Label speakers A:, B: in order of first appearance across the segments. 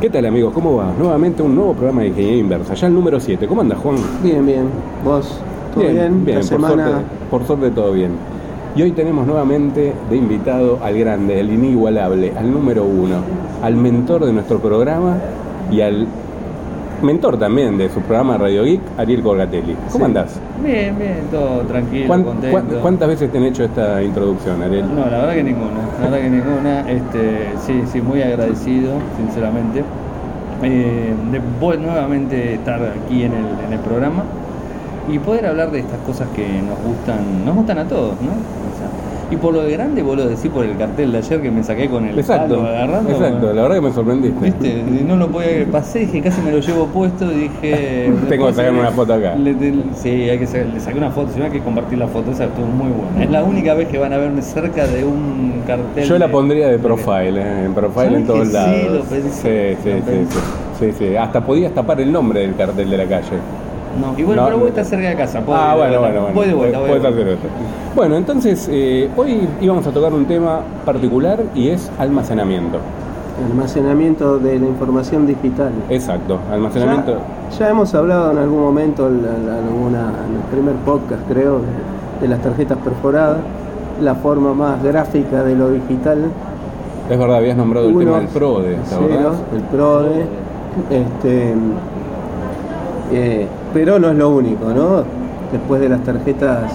A: ¿Qué tal amigos? ¿Cómo va? Nuevamente un nuevo programa de Ingeniería Inversa, ya el número 7. ¿Cómo andas Juan?
B: Bien, bien. ¿Vos? ¿Todo bien?
A: bien,
B: La
A: por,
B: semana...
A: suerte, por suerte todo bien. Y hoy tenemos nuevamente de invitado al grande, al inigualable, al número uno, al mentor de nuestro programa y al mentor también de su programa Radio Geek, Ariel Colgatelli. ¿Cómo
B: Sí.
A: andás?
C: Bien, bien, todo tranquilo,
A: ¿Cuán-
C: contento.
A: cuán- ¿Cuántas veces te han hecho esta introducción, Ariel?
C: No, la verdad que ninguna, la verdad que ninguna. Este, sí, sí, muy agradecido, sinceramente. Eh, de vol- nuevamente estar aquí en el, en el programa y poder hablar de estas cosas que nos gustan, nos gustan a todos, ¿no? O sea, y por lo de grande, vos lo decís por el cartel de ayer que me saqué con el
A: Exacto,
C: palo agarrando.
A: exacto, la verdad que me sorprendiste.
C: ¿Viste? Este, No lo podía pasé, dije, casi me lo llevo puesto y dije...
A: Tengo que
C: después
A: sacarme
C: le-
A: una foto acá.
C: le- le- sí, hay que sacar- le saqué una foto, si no hay que compartir la foto, esa estuvo muy buena. Es la única vez que van a verme cerca de un cartel.
A: Yo la
C: de-
A: pondría de profile, ¿eh? en profile
C: ¿Sabes
A: en todos
C: que sí?
A: lados.
C: Lo pensé,
A: sí, sí,
C: lo
A: sí,
C: pensé.
A: sí, sí, sí. Hasta podías tapar el nombre del cartel de la calle.
C: No, igual,
A: No,
C: pero
A: no.
C: vos estás cerca de casa. puedo
A: ah,
C: ir de
A: bueno,
C: vuelta.
A: bueno, bueno.
C: Voy de vuelta, voy de
A: Puedes
C: vuelta.
A: hacer eso. Bueno, entonces, eh, hoy íbamos a tocar un tema particular y es almacenamiento.
B: Almacenamiento de la información digital.
A: Exacto, almacenamiento.
B: Ya, ya hemos hablado en algún momento, en, la- en alguna, en el primer podcast creo, de, de las tarjetas perforadas, la forma más gráfica de lo digital.
A: Es verdad, habías nombrado el
B: Uno,
A: tema del PRODE, ¿te
B: sí,
A: acordás?
B: ¿no? El PRODE. Este, eh, pero no es lo único, ¿no? Después de las tarjetas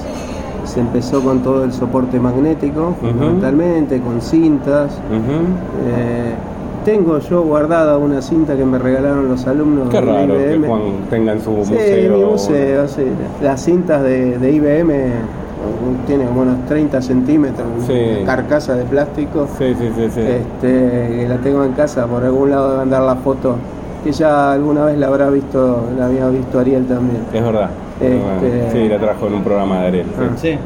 B: se empezó con todo el soporte magnético,
A: Ujú.
B: fundamentalmente, con cintas.
A: Ujú.
B: Eh, tengo yo guardada una cinta que me regalaron los alumnos
A: Qué
B: de la
A: raro que
B: IBM.
A: Juan tenga en su
B: sí,
A: museo.
B: mi museo, sí. Las cintas de, de IBM eh, tienen como unos 30 centímetros,
A: Sí.
B: una carcasa de plástico.
A: Sí, sí, sí, sí.
B: Este, que la tengo en casa, por algún lado deben dar la foto, que ya alguna vez la habrá visto, la había visto Ariel también.
A: Es verdad.
B: Este-
A: Sí, la trajo en un programa de Ariel. sí.
B: Ah.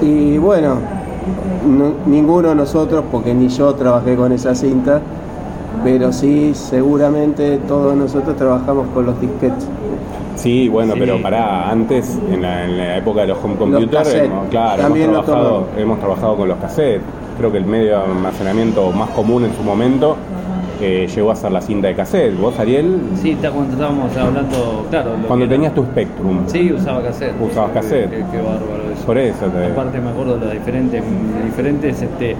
C: Sí.
B: Y bueno, no- ninguno de nosotros, porque ni yo trabajé con esa cinta, pero sí, seguramente todos nosotros trabajamos con los disquetes.
A: Sí, bueno,
C: Sí.
A: pero pará, antes, en la, en la época de los home computers,
B: cassette,
A: hemos, claro,
B: también
A: hemos,
B: lo
A: trabajado,
B: tomamos.
A: hemos trabajado con los cassettes. Creo que el medio de almacenamiento más común en su momento eh, llegó a ser la cinta de cassette. ¿Vos, Ariel?
C: Sí, está cuando estábamos hablando, claro. lo
A: Cuando
C: que era-
A: tenías tu Spectrum.
C: Sí, usaba cassette.
A: Usabas cassette.
C: Qué, qué bárbaro eso.
A: Por eso eh. te-
C: Aparte me acuerdo de las diferentes, de diferentes este,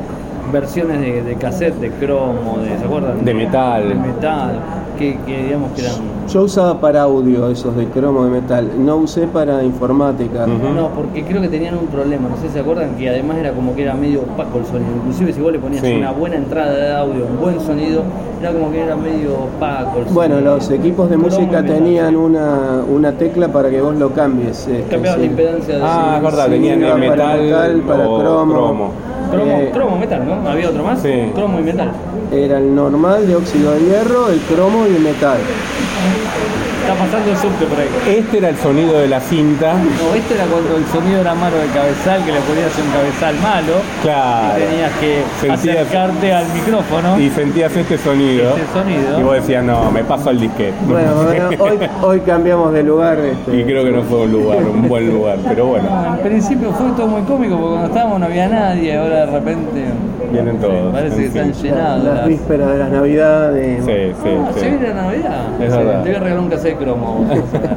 C: versiones de, de cassette, de cromo, de, ¿se acuerdan?
A: De metal.
C: De metal, que, que digamos que eran...
B: Yo usaba para audio esos de cromo de metal, no usé para informática.
A: Ujú.
C: No, porque creo que tenían un problema, no sé si se acuerdan, que además era como que era medio opaco el sonido. Inclusive si vos le ponías
A: Sí.
C: una buena entrada de audio, un buen sonido, era como que era medio opaco el sonido.
B: Bueno, los equipos de
C: Cromo y
B: música
C: metal.
B: tenían una, una tecla para que vos lo cambies. este,
C: Cambiaba
B: sí.
C: la impedancia de...
A: Ah, es verdad,
B: Sí,
A: tenían
B: iba
A: el metal,
B: para metal, para
A: o
B: cromo.
C: Cromo,
B: Eh,
C: cromo, metal, ¿no? ¿Había otro más?
A: Sí.
C: Cromo y metal.
B: Era el normal de óxido de hierro, el cromo y el metal.
C: Está pasando el subte por ahí.
A: Este era el sonido de la cinta.
C: No, este era cuando el sonido era malo del cabezal, que le ponías un cabezal malo.
A: Claro.
C: Y tenías que
A: Sentías-
C: acercarte al micrófono.
A: Y sentías este sonido.
C: Este sonido.
A: Y vos decías, no, me paso al disquete.
B: Bueno, bueno, hoy, hoy cambiamos de lugar. este,
A: y creo que no fue un lugar, un buen lugar, pero bueno.
C: Al principio fue todo muy cómico porque cuando estábamos no había nadie, ahora de repente.
A: Vienen
C: no sé,
A: todos,
C: Parece
A: en
C: que están
A: fin.
C: llenados.
B: las
C: las-
B: vísperas de las navidades.
A: Sí, sí,
C: Ah,
A: sí.
C: Se viene la Navidad.
A: Es
C: Sí,
A: verdad.
C: Te voy a regalar un cassette de cromo. vos, vas a ver.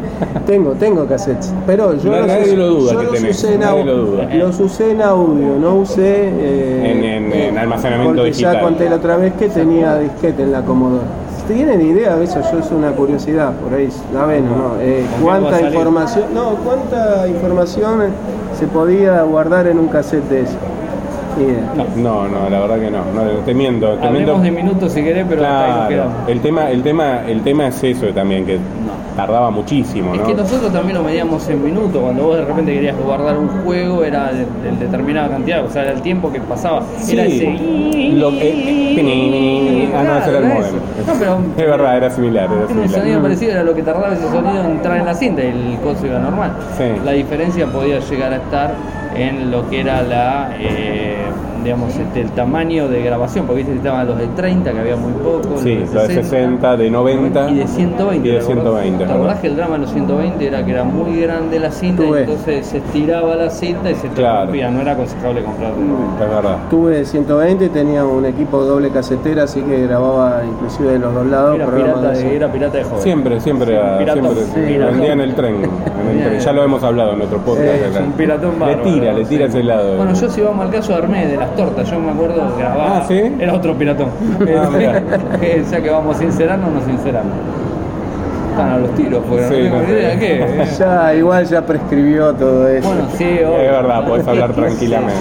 B: Tengo, tengo cassettes. Pero yo
A: Na-
B: los,
A: nadie
B: usé-
A: lo duda
B: yo
A: que
B: los
A: tenés,
B: usé en
A: nadie
B: au-
A: lo duda.
B: Los usé en audio, no usé eh,
A: En- en- en almacenamiento
B: porque
A: digital.
B: Ya conté la otra vez que tenía disquete en la Commodore. ¿Tienen idea de eso? Yo es una curiosidad, por ahí saben, ¿no? Eh,
C: ¿Con qué va a
B: ¿Cuánta
C: salir?
B: información? No, ¿cuánta información se podía guardar en un cassette de eso? Ni idea.
A: No, no, la verdad que no. no te miento, te miento.
C: Hablemos de minutos si querés, pero hasta ahí nos
A: Claro,
C: quedamos.
A: el tema, el tema, el tema es eso también, que tardaba muchísimo,
C: Es
A: ¿no?
C: que nosotros también lo medíamos en minutos, cuando vos de repente querías guardar un juego era de, de determinada cantidad, o sea, era el tiempo que pasaba.
A: Sí.
C: Era ese...
A: Lo eh, que- Ah, no, ese era el
C: Claro,
A: modem.
C: eso. No, pero
A: Es verdad, era similar, era
C: tiene un
A: similar.
C: sonido parecido, era lo que tardaba ese sonido en entrar en la cinta y el coso iba normal.
A: Sí.
C: La diferencia podía llegar a estar en lo que era la, eh, digamos, este, el tamaño de grabación, porque viste, estaban los de 30, que había muy pocos,
A: Sí, los de 60, de 90
C: y de 120.
A: y de
C: ¿te acordás?
A: 120,
C: ¿Te acordás
A: ¿verdad?
C: que el drama en los 120 era que era muy grande la cinta, y
B: Tuve.
C: entonces se estiraba la cinta y se te
A: Claro.
C: rompía, no era aconsejable comprar de 90.
A: Es verdad.
B: Tuve 120, tenía un equipo doble casetera, así que grababa inclusive de los dos lados.
C: Era
B: programas
C: pirata,
B: de
C: de,
B: esos.
C: era pirata de joven.
A: Siempre, siempre,
C: Sí, piratón,
A: siempre
C: sí,
A: vendía
C: piratón.
A: en el tren. en el
C: Bien.
A: tren. Ya lo hemos hablado en otro podcast.
B: Eh,
A: acá.
C: Es un piratón
A: le
C: bárbaro.
A: tira, le tira
C: sí.
A: ese lado.
C: Bueno, yo si vamos al caso armé de las tortas, yo me acuerdo grababa.
A: Ah, ¿sí?
C: Era otro piratón.
A: Ah, mirá.
C: Eh, ya que vamos a sincerarnos, nos sinceramos. Están a los tiros, porque
A: Sí,
C: no tengo
A: no
C: ni
A: sé.
C: idea de qué. eh.
B: Ya, igual ya prescribió todo eso.
C: Bueno, sí, obvio.
A: Es verdad, podés hablar tranquilamente.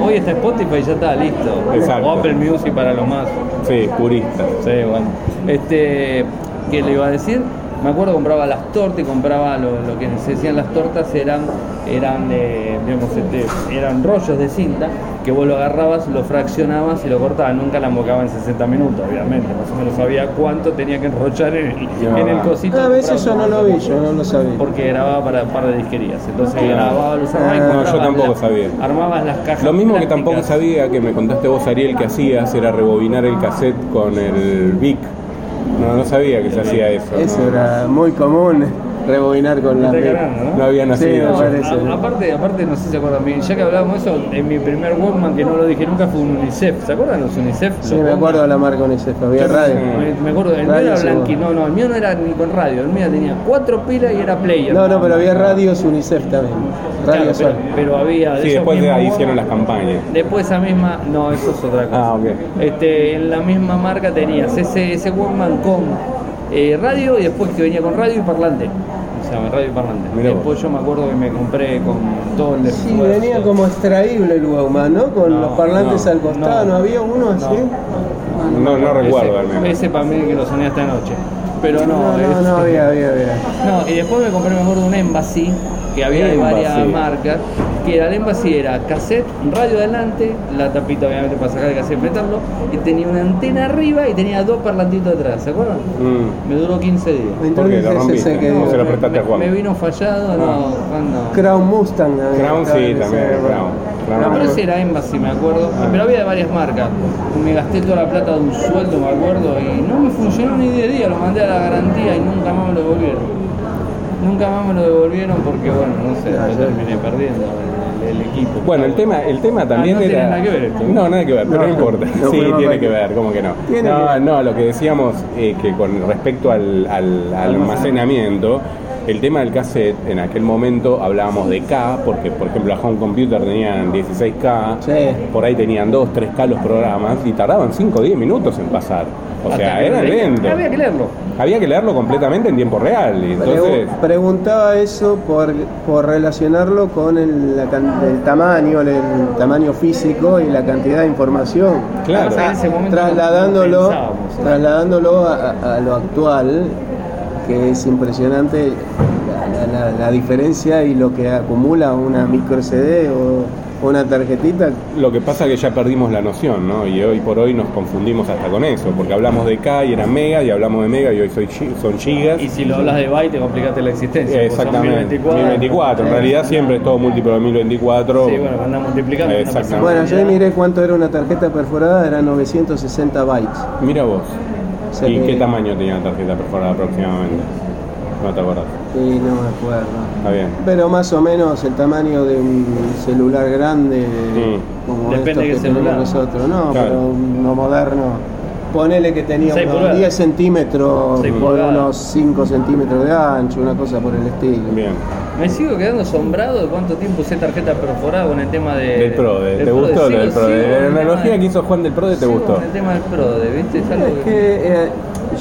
C: Hoy está Spotify y ya está listo.
A: Exacto.
C: O Apple Music para lo más.
A: Sí, purista.
C: Sí, bueno. Este, ¿qué le iba a decir? Me acuerdo compraba las tortas y compraba lo, lo que se decían las tortas eran eran eh, digamos, este, eran rollos de cinta que vos lo agarrabas, lo fraccionabas y lo cortabas, nunca la embocaba en 60 minutos, obviamente, más o menos sabía cuánto tenía que enrollar en el,
A: Ya.
C: en el cosito.
B: Ah, a
C: que
B: veces yo
C: compraba.
B: no lo vi, yo no lo sabía.
C: Porque grababa para un par de disquerías, entonces
A: Claro.
C: grababa los armaba y
B: Ah, no, yo
C: comprabas
A: tampoco
C: las-
A: sabía.
C: Armabas las cajas.
A: Lo mismo que tampoco
C: plásticas.
A: sabía que me contaste vos, Ariel, que hacías era rebobinar el cassette con el Vic. No, no sabía que se hacía eso.
B: Eso
A: no.
B: era muy común, rebobinar con la
C: Está cargando, ¿no?
A: No había nacido.
B: me
A: yo.
B: parece.
C: A- aparte, aparte, no sé si acuerdan bien, ya que hablábamos de eso, en mi primer Walkman, que no lo dije nunca, fue un UNICEF. ¿Se acuerdan los UNICEF?
B: Sí,
C: Los
B: me acuerdo
C: Walkman.
B: de la marca Unicef, había radio.
C: Me, me acuerdo, el mío
B: Radio
C: era
B: seguro.
C: blanqui, no, no, el mío no era ni con radio, el mío tenía cuatro pilas y era player.
B: No, no, pero había radios Unicef también.
C: Claro,
B: Radio
C: pero,
B: Sol.
C: pero había.
A: Sí,
C: esos
A: después de
C: mismos
A: ahí
C: Walkman.
A: hicieron las campañas.
C: Después esa misma, no, eso es otra cosa.
A: Ah, ok.
C: Este, en la misma marca tenías ese, ese Walkman con eh, radio y después que venía con radio y parlante. O sea, radio y parlante.
A: Mirá vos.
C: después yo me acuerdo que me compré con todo el
B: Sí,
C: esfuerzo.
B: venía como extraíble el Walkman, ¿no? Con
C: No,
B: los parlantes
A: no,
B: al costado, ¿no,
C: no.
B: había uno así?
A: No, no recuerdo al
C: ese,
A: menos.
C: Ese para mí que lo soné esta noche. Pero no, este.
B: no, no,
C: es-
B: no, había, había, había.
C: No, y después me compré, me acuerdo, un Embassy, que había de
A: Embassy.
C: varias marcas, que era el Embassy era cassette, radio adelante, la tapita obviamente para sacar el cassette y meterlo, y tenía una antena arriba y tenía dos parlantitos atrás, ¿se acuerdan?
A: Mm.
C: Me duró 15 días.
A: ¿Por qué?
B: Entonces
A: ¿Lo
B: ese se
A: rompiste?
B: quedó.
A: ¿O se lo
C: me,
A: prestaste a Juan?
C: me vino fallado, no, Juan no.
B: Crown Mustang. había,
A: Crown,
B: estaba
A: sí,
B: en ese
A: también,
B: lugar.
A: Crown. Crown.
C: No, pero ese era Embassy, me acuerdo.
A: Ah.
C: Pero había de varias marcas. Me gasté toda la plata de un sueldo, me acuerdo, y no me funcionó ni día a día. Lo mandé a la garantía y nunca más me lo devolvieron. Nunca más me lo devolvieron porque, bueno, no sé,
B: Ah,
C: lo
B: ya.
C: terminé perdiendo el, el equipo.
A: Bueno, el tema, el tema también
C: Ah, no
A: era.
C: tiene nada que ver esto.
A: No, nada que ver, pero
B: No,
A: no importa.
B: no
A: sí,
B: podemos
A: tiene
B: ver.
A: que ver, ¿cómo que no?
B: Tiene
A: no,
B: que ver.
A: no, lo que decíamos es que con respecto al, al- al almacenamiento, el tema del cassette, en aquel momento hablábamos de K, porque por ejemplo a Home Computer tenían 16K,
B: Sí.
A: por ahí tenían 2, 3K los programas y tardaban 5 o 10 minutos en pasar. O
C: Hasta
A: sea,
C: que
A: era
C: lo leí.
A: lento.
C: Había que leerlo.
A: Había que leerlo completamente en tiempo real. Y
B: Pregu-
A: entonces,
B: preguntaba eso por, por relacionarlo con el, la can- el tamaño, el, el tamaño físico y la cantidad de información.
A: Claro.
C: Además, en ese momento no
B: Trasladándolo,
C: pensábamos, ¿eh?
B: trasladándolo a, a- a lo actual, que es impresionante la, la- la- la diferencia y lo que acumula una micro CD o una tarjetita.
A: Lo que pasa es que ya perdimos la noción, ¿no? Y hoy por hoy nos confundimos hasta con eso, porque hablamos de K y era mega, y hablamos de mega y hoy soy gi- son gigas.
C: Y si lo hablas de byte, te complicaste la existencia.
A: Eh,
C: porque son
A: Exactamente,
C: 1024.
A: 1024. En
B: Sí.
A: realidad siempre es todo múltiplo de 1024.
C: Sí, bueno, andamos multiplicando.
A: Exactamente.
C: no
B: Bueno,
C: pasa
B: yo
C: nada.
B: miré cuánto era una tarjeta perforada, era 960 bytes.
A: Mira vos.
B: O sea
A: ¿Y
B: que-
A: qué tamaño tenía la tarjeta perforada aproximadamente? No te acordás.
B: Sí, no me acuerdo.
A: Está bien.
B: Pero más o menos el tamaño de un celular grande,
A: Sí.
B: como
C: Depende
B: estos
C: de
B: que
C: qué celular.
B: tenemos nosotros, ¿no?
A: Claro.
B: Pero uno moderno. Ponele que tenía
C: Seis
B: unos
C: pulgadas.
B: 10 centímetros
C: Seis
B: por
C: pulgadas.
B: unos 5 centímetros de ancho, una cosa por el estilo.
A: Bien.
C: Me sigo quedando asombrado de cuánto tiempo usé tarjeta perforada con el tema Eh, de,
A: Del Prode. ¿Te gustó lo
C: Sigo-
A: del
C: sigo
A: Prode?
C: con
A: La
C: el tema
A: analogía
C: de-
A: que hizo Juan del Prode te
C: sigo
A: gustó.
C: Con el tema del Prode, ¿viste? Es algo
B: Es
C: que-
B: que eh,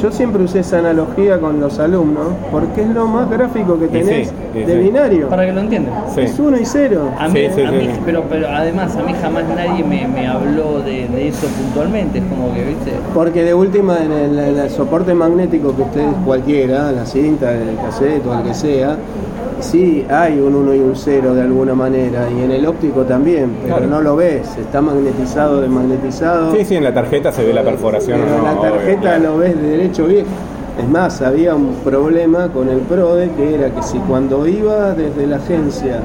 B: yo siempre usé esa analogía con los alumnos, porque es lo más gráfico que
A: Y
B: tenés
A: sí, y
B: de
A: sí.
B: binario.
C: Para que lo entiendan.
A: Sí.
B: Es uno y cero.
C: A mí,
A: Sí, sí,
C: a
A: sí,
C: mí-
A: sí.
C: Pero, pero además a mí jamás nadie me, me habló de, de eso puntualmente, es como que, ¿viste?
B: Porque de última, en el, en el soporte magnético que ustedes, cualquiera, la cinta, el cassette o el que sea, sí hay un 1 y un 0 de alguna manera, y en el óptico también, pero
A: Claro.
B: no lo ves, está magnetizado, desmagnetizado.
A: Sí, sí, en la tarjeta se ve la perforación.
B: Pero
A: o no,
B: la
A: obvio,
B: tarjeta
A: claro.
B: lo ves de derecho bien. Es más, había un problema con el PRODE que era que si cuando iba desde la agencia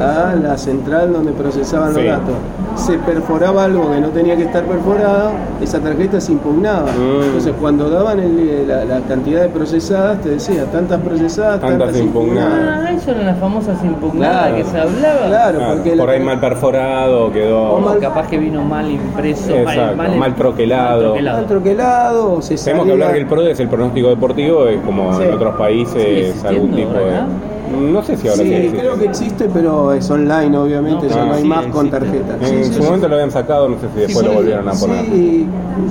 B: a la central donde procesaban
A: Sí.
B: los datos. Se perforaba algo que no tenía que estar perforado, esa tarjeta se impugnaba.
A: Mm.
B: Entonces cuando daban el- eh, la, la cantidad de procesadas, te decía, tantas procesadas,
A: Tantas
B: tantas,
A: impugnadas.
B: impugnadas.
C: Ah, eso eran las famosas impugnadas
B: Claro.
C: que se hablaba.
B: Claro,
A: Claro,
B: porque
A: por
B: la-
A: ahí mal perforado quedó.
B: O mal-
C: Capaz que vino mal impreso,
A: Exacto,
C: mal, mal,
A: mal troquelado.
B: Mal troquelado, o se
A: Tenemos que
B: salía-
A: hablar que el PRODES, el pronóstico deportivo, es como
B: Sí.
A: en otros
C: ¿Sigue
A: países,
C: existiendo
A: algún tipo de.
C: acá?
A: No sé si ahora
B: Sí,
A: sí existe.
B: creo que existe, pero es online, obviamente,
C: No,
B: ya no hay
C: sí,
B: más con
C: existe.
B: tarjeta.
A: En
B: Sí, sí,
A: su
B: sí.
A: momento lo habían sacado, no sé si después
C: sí,
A: lo volvieron a
B: Sí,
A: poner.
B: y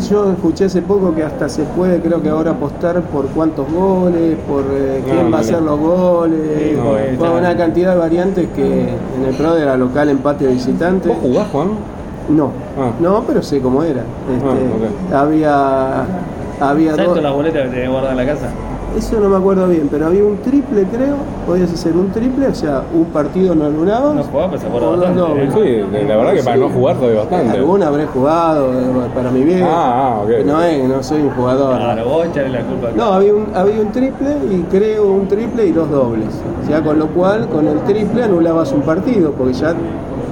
B: yo escuché hace poco que hasta se puede, creo que ahora apostar por cuántos goles, por eh, quién
A: No,
B: va a
A: no.
B: hacer los goles,
A: No,
B: por,
A: eh,
B: por
C: ya.
B: una cantidad de variantes que en el PRO era local, empate visitante.
A: ¿Vos jugás, Juan?
B: No,
A: Ah.
B: no, pero sé cómo era. Este, Había, había
C: ¿Sabes
B: dos-
C: todas las boletas que tenés guardadas en la casa?
B: eso no me acuerdo bien, pero había un triple, creo, podías hacer un triple, o sea, un partido no anulabas.
C: No jugaba, pero se
B: O
C: acuerda
B: los
C: bastante,
B: dobles.
C: ¿eh?
A: Sí, la verdad que para
B: Sí.
A: no jugar sabe bastante.
B: Alguna habré jugado eh, para mi bien.
A: Ah, ah, ok.
B: No es, no soy un jugador.
C: Claro, vos echarle la culpa.
B: No, había un, había un triple y creo un triple y dos dobles. O sea, con lo cual, con el triple anulabas un partido, porque ya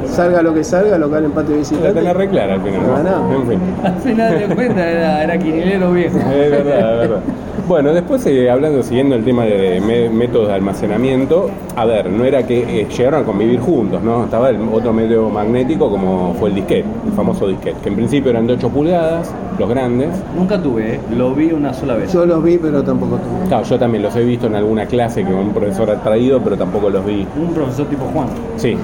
B: salga lo que salga, local empate
A: La tenés
B: visitante.
A: re clara al final.
B: Ah, no.
A: En fin.
C: Al final de cuentas era, era quinilero viejo.
A: Es verdad, es verdad. Bueno, después eh, hablando, siguiendo el tema de me- métodos de almacenamiento, a ver, no era que eh, llegaron a convivir juntos, ¿no? Estaba el otro medio magnético como fue el disquete, el famoso disquete, que en principio eran de 8 pulgadas, los grandes.
C: Nunca tuve, ¿eh? lo vi una sola vez.
B: Yo los vi, pero tampoco tuve.
A: Claro, yo también los he visto en alguna clase que un profesor ha traído, pero tampoco los vi.
C: Un profesor tipo Juan.
A: Sí.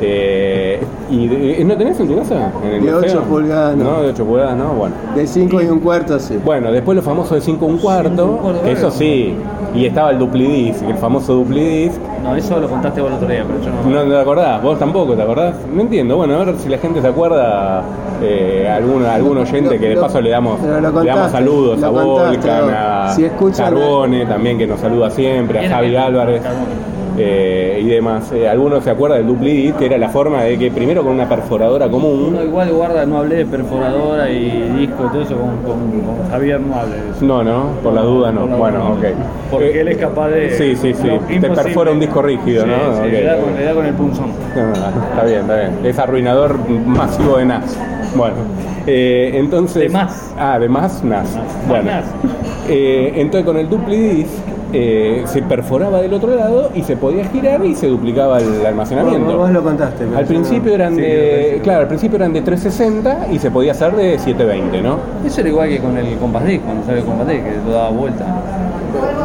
A: Eh, ¿Y de- no tenés en tu casa? ¿En el
B: De
A: museo?
B: ocho pulgadas, no.
A: No, de 8 pulgadas, no, bueno.
B: De 5 y un cuarto, sí.
A: Bueno, después los famosos de 5 un
C: Cinco, un
A: cuarto,
C: cuarto,
A: que eso
C: claro.
A: sí, y estaba el duplidisc, el famoso duplidisc,
C: No, eso lo contaste vos el otro día, pero yo no.
A: no te acordás, vos tampoco te acordás, no entiendo, bueno, a ver si la gente se acuerda, eh, algún, algún oyente
B: Lo-
A: que de
B: lo-
A: paso le damos,
B: pero lo
A: le damos
B: contaste,
A: saludos
B: lo
A: a
B: contaste,
A: Volcan,
B: ahora.
A: a
B: Si escuchan-
A: Carbone también que nos saluda siempre, a
C: Era
A: Javi
C: que-
A: Álvarez.
C: Carbone.
A: eh, y demás, Eh, algunos se acuerdan del duplidisc, que era la forma de que primero con una perforadora común,
C: Uno igual guarda, no hablé de perforadora y disco y todo eso con, con- con Javier, no hablé de eso.
A: no, no, por la duda no,
C: Por la
A: bueno, ok.
C: duda. Porque
A: Eh,
C: él es capaz de.
A: Sí, sí, sí,
C: lo
A: te
C: imposible.
A: perfora un disco rígido,
C: Sí,
A: ¿no?
C: sí,
A: Ok,
C: le, da
A: ok.
C: con, le da con el punzón.
A: No, no, está bien, está bien. Es arruinador masivo de NAS. Bueno, eh, entonces.
C: De más.
A: Ah, de más NAS.
C: Más
A: Bueno.
C: NAS.
A: Eh, entonces con el duplidisc eh, se perforaba del otro lado y se podía girar y se duplicaba el
B: Vos, vos
A: almacenamiento.
B: lo contaste. pero
A: Al
B: yo no.
A: principio eran
C: Sí,
A: de.
C: sí, sí.
A: Claro, al principio eran de 360 y se podía hacer de 720, ¿no?
C: Eso era igual que con el compás D, cuando salió el compás D, que lo daba vuelta.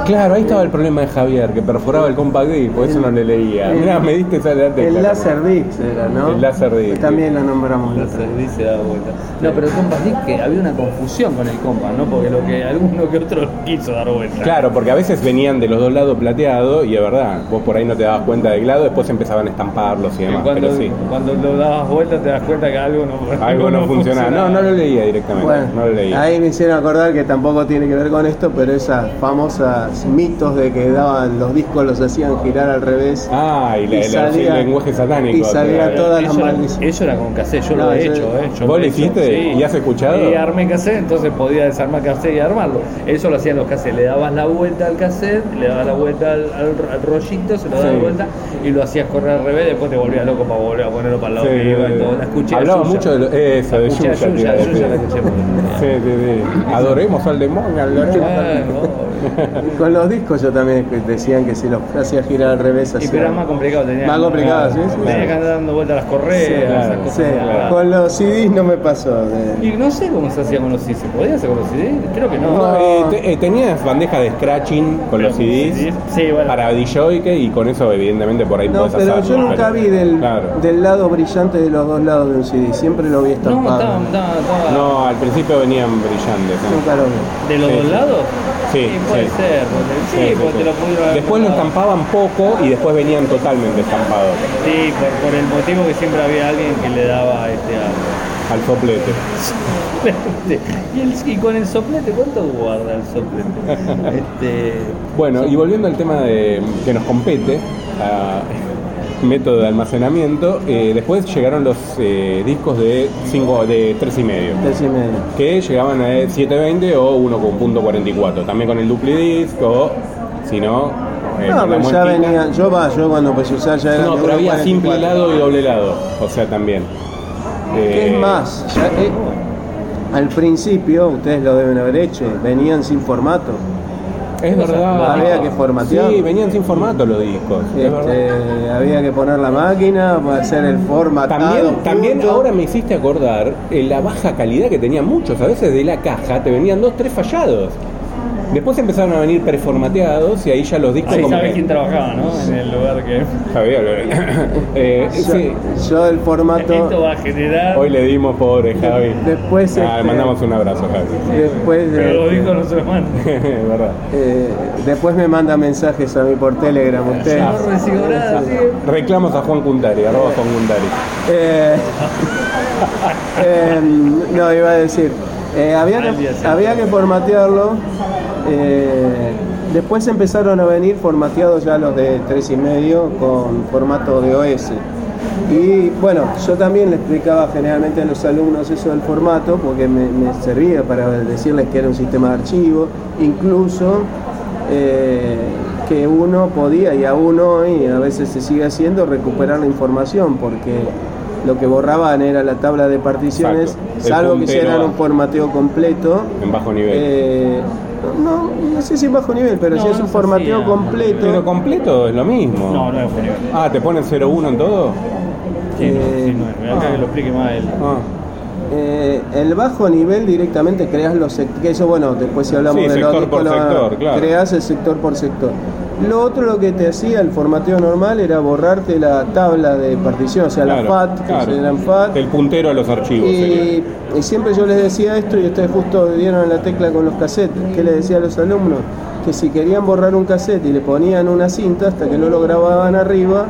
A: Claro, ahí estaba el problema de Javier, que perforaba el compact disc, por eso no le leía.
B: el-
A: Mirá, me diste esa la tecla.
B: El Laserdisc era, ¿no?
A: El Laserdisc.
B: También lo nombramos. la otra vez.
C: Entonces se daba vuelta. No, pero el compás D que había una confusión con el compás, ¿no? Porque lo que alguno que otro quiso dar vuelta.
A: Claro, porque a veces venían de los dos lados plateado y es verdad, vos por ahí no te dabas cuenta del lado, después empezaban a estamparlos y
C: Que
A: demás,
C: cuando,
A: pero sí.
C: cuando lo dabas vuelta te das cuenta que algo no,
A: Algo no funcionaba. No, no lo leía directamente.
B: Bueno,
A: no lo leía.
B: ahí me hicieron acordar que tampoco tiene que ver con esto, pero esas famosas mitos de que daban los discos los hacían girar al revés.
A: Ah, y, la-
B: y
A: el-
B: salía-
A: el lenguaje satánico.
B: y salía
A: claro.
B: toda- todas las
C: eso, era,
B: maldiciones.
C: eso era con cassette, yo
B: No,
C: lo he
B: eso-
C: hecho. ¿eh? Yo
A: ¿Vos lo
C: he hecho,
A: hiciste? ¿Y has escuchado?
C: Y armé cassette, entonces podía desarmar cassette y armarlo. Eso lo hacían los cassettes, le dabas la vuelta al cassette, le dabas la vuelta al, al- al rollito, se lo dabas
A: Sí.
C: vuelta y lo hacías correr al revés, después te volvías loco para volver a ponerlo para el lado
A: Sí,
C: que iba y
A: eh,
C: todo. La escuché a
A: Hablaba
C: Yuya.
A: mucho de lo- eso, de
C: Escuché a
A: Yuya, te
C: Yuya,
A: iba a
C: Yuya
A: decir.
C: la escuché mucho.
A: Sí, sí, sí. Adoremos al demonio, adoremos al demonio.
C: Bueno,
B: Con los discos yo también que decían que si los hacía girar al revés
C: y
B: hacían-
C: pero era más complicado, tenía
B: Más complicado, sí, sí,
C: Tenía
B: sí.
C: que andar dando vueltas a las correas,
B: Sí,
A: claro,
C: esas cosas.
B: Sí,
C: ¿verdad?
B: con los CDs no me pasó. de-
C: Y no sé cómo se hacía con los CDs. ¿Se podía hacer con los CDs? Creo que no.
A: No, eh, te- eh, tenías bandejas de scratching con los
C: Pero,
A: CDs
C: Sí, bueno.
A: para DJ y con eso evidentemente por ahí
B: No,
A: podés
B: pero
A: hacerlo,
B: yo nunca
A: pero-
B: vi del,
A: Claro.
B: del lado brillante de los dos lados de un CD, siempre lo vi
C: No,
B: estampado.
C: estaba, estaba, estaba-
A: No, al principio venían brillantes. ¿no?
B: Nunca lo vi.
C: ¿De los
A: Sí,
C: dos
A: sí.
C: lados?
A: Sí,
C: puede
A: sí.
C: ser. porque- Sí,
A: Sí, sí,
C: porque
A: sí.
C: te lo pudieron haber
A: Después lo
C: mandado.
A: estampaban poco y después venían totalmente estampados
C: Sí, por, por el motivo que siempre había alguien que le daba este algo.
A: al soplete.
C: y, el- y con el soplete, ¿cuánto guarda el soplete? este,
A: Bueno, y volviendo al tema de, que nos compete, a método de almacenamiento, eh, después llegaron los eh, discos de cinco, de 3,5.
B: Tres y medio.
A: Que llegaban a 720 o 1.44, también con el duplidisc o, si no, eh, con
B: No,
A: la
B: pero ya
A: muesquita.
B: venía, yo va, yo cuando empecé a usar ya era
A: No,
B: de
A: pero había
B: 1.44.
A: simple lado y doble lado. O sea, también.
B: ¿Qué
A: Eh,
B: es más? Ya, eh, al principio, ustedes lo deben haber hecho, venían sin formato.
A: Es verdad.
B: Había que formatear.
A: Sí, venían sin formato los discos. es verdad.
B: Este, había que poner la máquina, hacer el formatado.
A: También, también
B: junto.
A: ahora me hiciste acordar eh, la baja calidad que tenían muchos. A veces de la caja te venían dos, tres fallados. Después empezaron a venir preformateados y ahí ya los discos
C: Ahí
A: como
C: sabes
A: que-
C: quién trabajaba, ¿no? En el lugar que.
A: Sabía, lo- Eh,
B: Yo,
A: sí.
B: yo el
C: Esto
B: formato,
C: va a generar.
A: Hoy le dimos pobre Javi.
B: Después,
A: Ah,
B: este-
A: le mandamos un abrazo, Javi.
B: después de-
C: Pero lo dijo nuestro hermano.
A: Es verdad.
B: eh, después me manda mensajes a mí por Telegram ustedes.
C: No recibo nada, sí.
A: Reclamos a Juan Cuntari, arroba Juan Cuntari.
B: Eh, em, no, iba a decir. eh, había, que, había que formatearlo. eh, después empezaron a venir formateados ya los de tres y medio con formato de OS. Y bueno, yo también le explicaba generalmente a los alumnos eso del formato porque me, me servía para decirles que era un sistema de archivo, incluso eh, que uno podía, y aún hoy a veces se sigue haciendo, recuperar la información porque lo que borraban era la tabla de particiones,
A: Exacto. El
B: salvo que
A: puntero
B: hicieran
A: a-
B: un formateo completo.
A: En bajo nivel.
B: eh, no, no sé si en bajo nivel, pero
C: No,
B: si es
C: no
B: un
C: se
B: formateo
C: hacía.
B: completo.
A: Pero completo es lo mismo.
C: No, no es Julio.
A: Ah, ¿te ponen 0-1 en todo?
C: Sí, no, sí, no es. Acá
A: Ah.
C: que lo explique más él.
A: Ah.
B: Eh, el bajo nivel directamente creas los sect- que eso bueno, después si hablamos
A: Sí,
B: de los
A: sector por
B: discos, no,
A: sector, claro.
B: creas el sector por sector. Lo otro lo que te hacía el formateo normal era borrarte la tabla de partición, o sea, la
A: Claro,
B: FAT, que
A: claro.
B: se eran FAT.
A: El puntero a los archivos. sería.
B: Y, y siempre yo les decía esto y ustedes justo dieron la tecla con los cassettes. ¿Qué les decía a los alumnos? Que si querían borrar un cassette y le ponían una cinta hasta que no lo grababan arriba,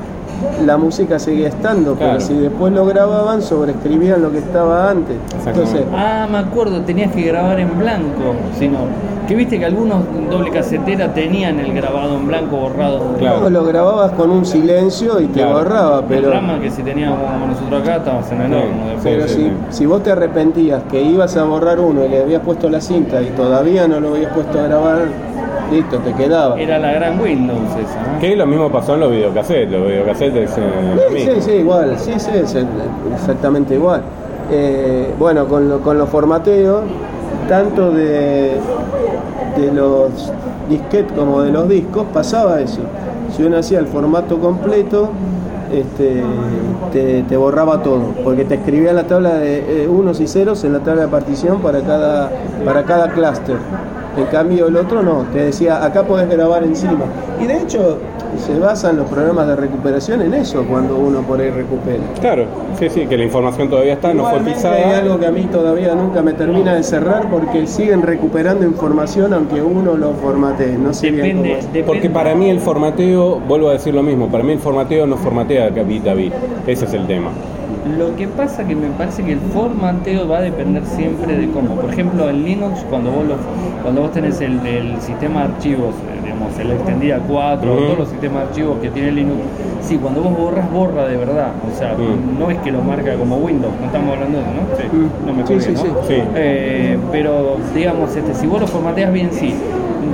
B: la música seguía estando,
A: Claro.
B: pero si después lo grababan, sobreescribían lo que estaba antes.
A: Exactamente.
B: Entonces,
C: Ah, me acuerdo, tenías que grabar en blanco, si no. Que viste que algunos doble casetera tenían el grabado en blanco borrado.
A: Claro.
B: no, lo grababas con un silencio y te
A: Claro.
B: borraba,
C: El
B: pero,
C: drama que si teníamos como nosotros acá, estábamos en el
A: Sí,
C: horno después.
B: pero
A: sí,
B: si,
A: sí.
B: si vos te arrepentías que ibas a borrar uno y le habías puesto la cinta y todavía no lo habías puesto a grabar, listo, te quedaba.
C: Era la gran Windows esa. ¿no?
A: Que lo mismo pasó en los videocassettes. Los videocassettes es eh, lo
B: Sí,
A: mismo.
B: sí, sí, igual, sí, sí, es el- exactamente igual. Eh, bueno, con, lo- con los formateos, tanto de, de los disquetes como de los discos, pasaba eso. Si uno hacía el formato completo, este, te, te borraba todo, porque te escribía la tabla de eh, unos y ceros en la tabla de partición para cada, para cada clúster. En cambio el otro no, te decía, acá podés grabar encima. Y de hecho se basan los programas de recuperación en eso cuando uno por ahí recupera.
A: Claro, sí, sí, que la información todavía está, Ah, no fue
B: Igualmente
A: pisada.
B: hay algo que a mí todavía nunca me termina de cerrar porque siguen recuperando información aunque uno lo formatee. No sé bien cómo
C: Depende,
B: es.
C: depende.
A: Porque para mí el formateo, vuelvo a decir lo mismo, para mí el formateo no formatea Capitavi. Ese es el tema.
C: Lo que pasa que me parece que el formateo va a depender siempre de cómo. Por ejemplo, en Linux, cuando vos, lo- cuando vos tenés el, el sistema de archivos, eh, digamos, el extendida 4,
A: Ujú.
C: todos los sistemas de archivos que tiene Linux, sí, cuando vos borras, borra de verdad. O sea,
A: Mm.
C: no es que lo marca como Windows, no estamos hablando de eso, ¿no?
B: Mm.
C: No me
B: Sí,
C: colgué,
B: sí,
C: ¿no?
B: sí.
A: Sí.
C: Eh, pero digamos, este, si vos lo formateas bien, sí.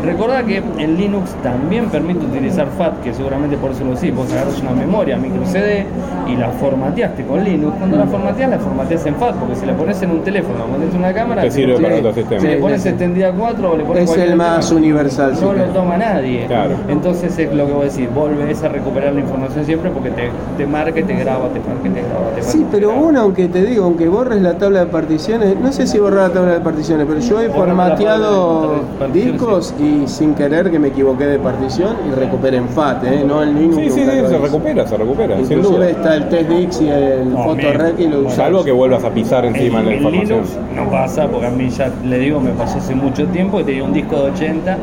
C: Recordá que en Linux también permite utilizar FAT, que seguramente por eso lo sí, vos agarras una memoria micro CD y la formateaste con Linux. Cuando la formateas, la formateas en FAT, porque si la pones en un teléfono, la pones en una cámara,
A: Te
C: si
A: sirve
C: le-
A: para
C: sí,
A: otro sistema.
C: Si le
B: Sí,
C: pones este
B: sí.
C: extendida 4 o le pones
B: Es
C: cualquier
B: el más
C: tema,
B: universal, sí,
C: No lo
B: claro.
C: toma nadie.
A: Claro.
C: Entonces es lo que voy a decir, volvés a recuperar la información siempre porque te, te marca, y te graba, te marca, y te graba, te marca. y
B: Sí,
C: te
B: pero
C: graba.
B: uno, aunque te digo, aunque borres la tabla de particiones, no sé si borrar la tabla de particiones, pero yo he
C: Borrar la tabla
B: formateado
C: de particiones,
B: discos y sin querer que me equivoqué de partición y recuperé en FAT, ¿eh? no en Linux.
A: Sí, sí, sí,
B: nunca lo
A: se
B: hice.
A: recupera, se recupera, sin
B: Inclusive este
A: duda.
B: está el test Dix y el
C: No,
B: Photorec y lo
C: mira,
B: usás.
A: Salvo que vuelvas a pisar encima
C: en,
A: la
C: en
A: información.
C: Linux no pasa, porque a mí ya le digo, me pasó hace mucho tiempo que tenía un disco de 80,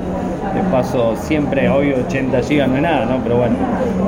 C: les paso siempre, hoy 80 gigas no es nada, ¿no? Pero bueno,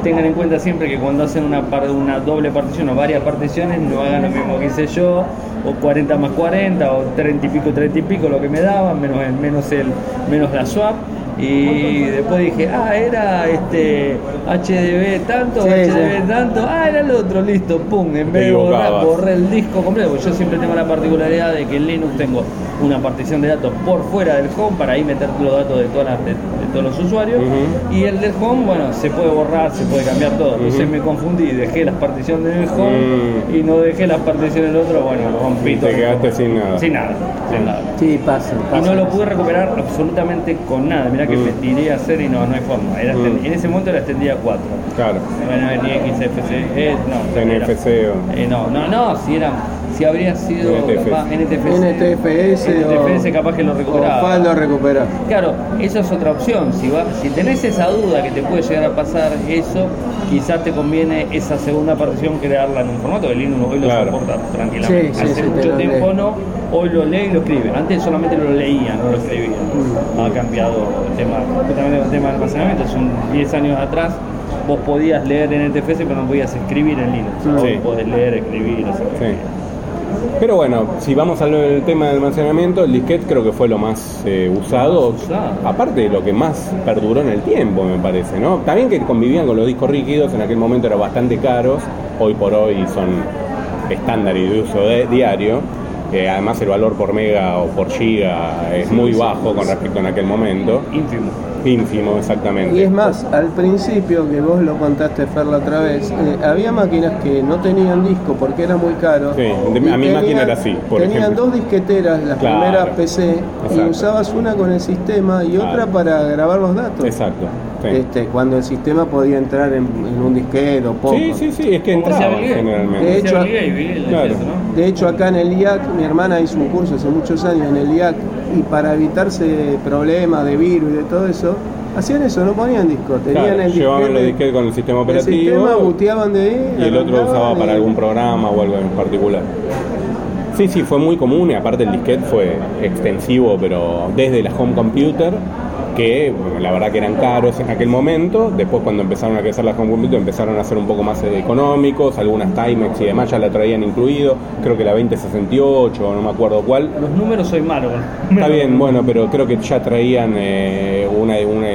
C: tengan en cuenta siempre que cuando hacen una, par- una doble partición o varias particiones, no hagan lo mismo que hice yo, o 40 más 40, o 30 y pico, 30 y pico, lo que me daban, menos, el- menos, el, menos la swap. Y después dije, ah, era este HDB tanto,
B: Sí,
C: HDB
B: sí.
C: tanto, ah, era el otro, listo, pum, en
A: Te
C: vez de borrar,
A: equivocabas.
C: borré el disco completo. Yo siempre tengo la particularidad de que en Linux tengo una partición de datos por fuera del home para ahí meter los datos de, todas las- de- de todos los usuarios.
A: Ujú.
C: Y el del home, bueno, se puede borrar, se puede cambiar todo. Entonces
A: Ujú.
C: me confundí, dejé las particiones del home
A: Mm.
C: y no dejé las particiones del otro, bueno, rompí
A: Y
C: todo
A: te
C: el
A: quedaste
C: home.
A: sin nada.
C: Sin nada, sin nada.
B: Sí, pasa,
C: Y
B: pasa.
C: no lo pude recuperar absolutamente con nada. Mirá que
A: Mm.
C: me tiré a hacer y no, no hay forma. Era
A: Mm.
C: extend- En ese momento era extendida 4.
A: Claro.
C: Bueno, ni XFC, eh, no. era-
A: NFC o.
C: eh, no, no, no, si era, si habría sido
A: NTFS.
C: capaz NTFS.
B: NTFS,
C: NTFS
B: o,
C: capaz que lo recuperaba.
B: o FAL lo recupera.
C: Claro, esa es otra opción. Si, va, si tenés esa duda que te puede llegar a pasar eso, quizás te conviene esa segunda partición crearla en un formato que Linux hoy lo
A: Claro.
C: soporta tranquilamente.
B: Sí, sí,
C: Hace
B: sí, te
C: mucho
B: lo
C: tiempo
B: lee.
C: no, hoy lo lee y lo escribe. Antes solamente lo leía, no lo escribía.
B: Mm.
C: Ha cambiado el tema, justamente el tema de almacenamiento. Hace un 10 años atrás vos podías leer en NTFS pero no podías escribir en Linux.
B: Sí.
C: Hoy podés leer, escribir, hacer lo que
A: Sí.
C: quieras.
A: Pero bueno, si vamos al al tema del almacenamiento, el disquete creo que fue lo más eh, usado.
C: Más usado.
A: Aparte de lo que más perduró en el tiempo, me parece, ¿no? También que convivían con los discos rígidos, en aquel momento eran bastante caros, hoy por hoy son estándar y de uso de- diario. Eh, además el valor por mega o por giga es muy bajo con respecto en aquel momento.
C: Ínfimo.
A: Ínfimo, exactamente.
B: Y es más, al principio, que vos lo contaste, Fer, la otra vez, eh, había máquinas que no tenían disco porque era muy caro.
A: Sí, de-
B: Y
A: a mi máquina era así, por
B: Tenían
A: ejemplo.
B: dos disqueteras, las
A: Claro.
B: primeras PC,
A: Exacto.
B: y usabas una con el sistema y otra
A: Claro.
B: para grabar los datos.
A: Exacto. sí.
B: Este, cuando el sistema podía entrar en, en un disquero, poco.
A: Sí, sí, sí, es que
C: Como se
A: entraban
C: habilita.
A: generalmente.
B: De
C: Se
B: hecho,
C: obliga y vive,
A: claro.
C: es eso, ¿no?
B: De hecho, acá en el IAC, mi hermana hizo un curso hace muchos años en el IAC y para evitarse problemas de virus y de todo eso, hacían eso, no ponían disco, tenían
A: Claro,
B: el
A: llevaban los
B: disquete,
A: disquetes con el sistema
B: el
A: operativo
B: sistema, buteaban de ahí,
A: y el otro
B: arrancaban
A: usaba
B: y-
A: para algún programa o algo en particular. Sí, sí, fue muy común y aparte el disquete fue extensivo, pero desde la home computer, que bueno, la verdad que eran caros en aquel momento, después cuando empezaron a crecer las home computer empezaron a ser un poco más eh, económicos, algunas Timex y demás ya la traían incluido, creo que la 2068, no me acuerdo cuál,
C: Los números soy malo. con los
A: Está
C: números.
A: bien, bueno, pero creo que ya traían eh, una, una,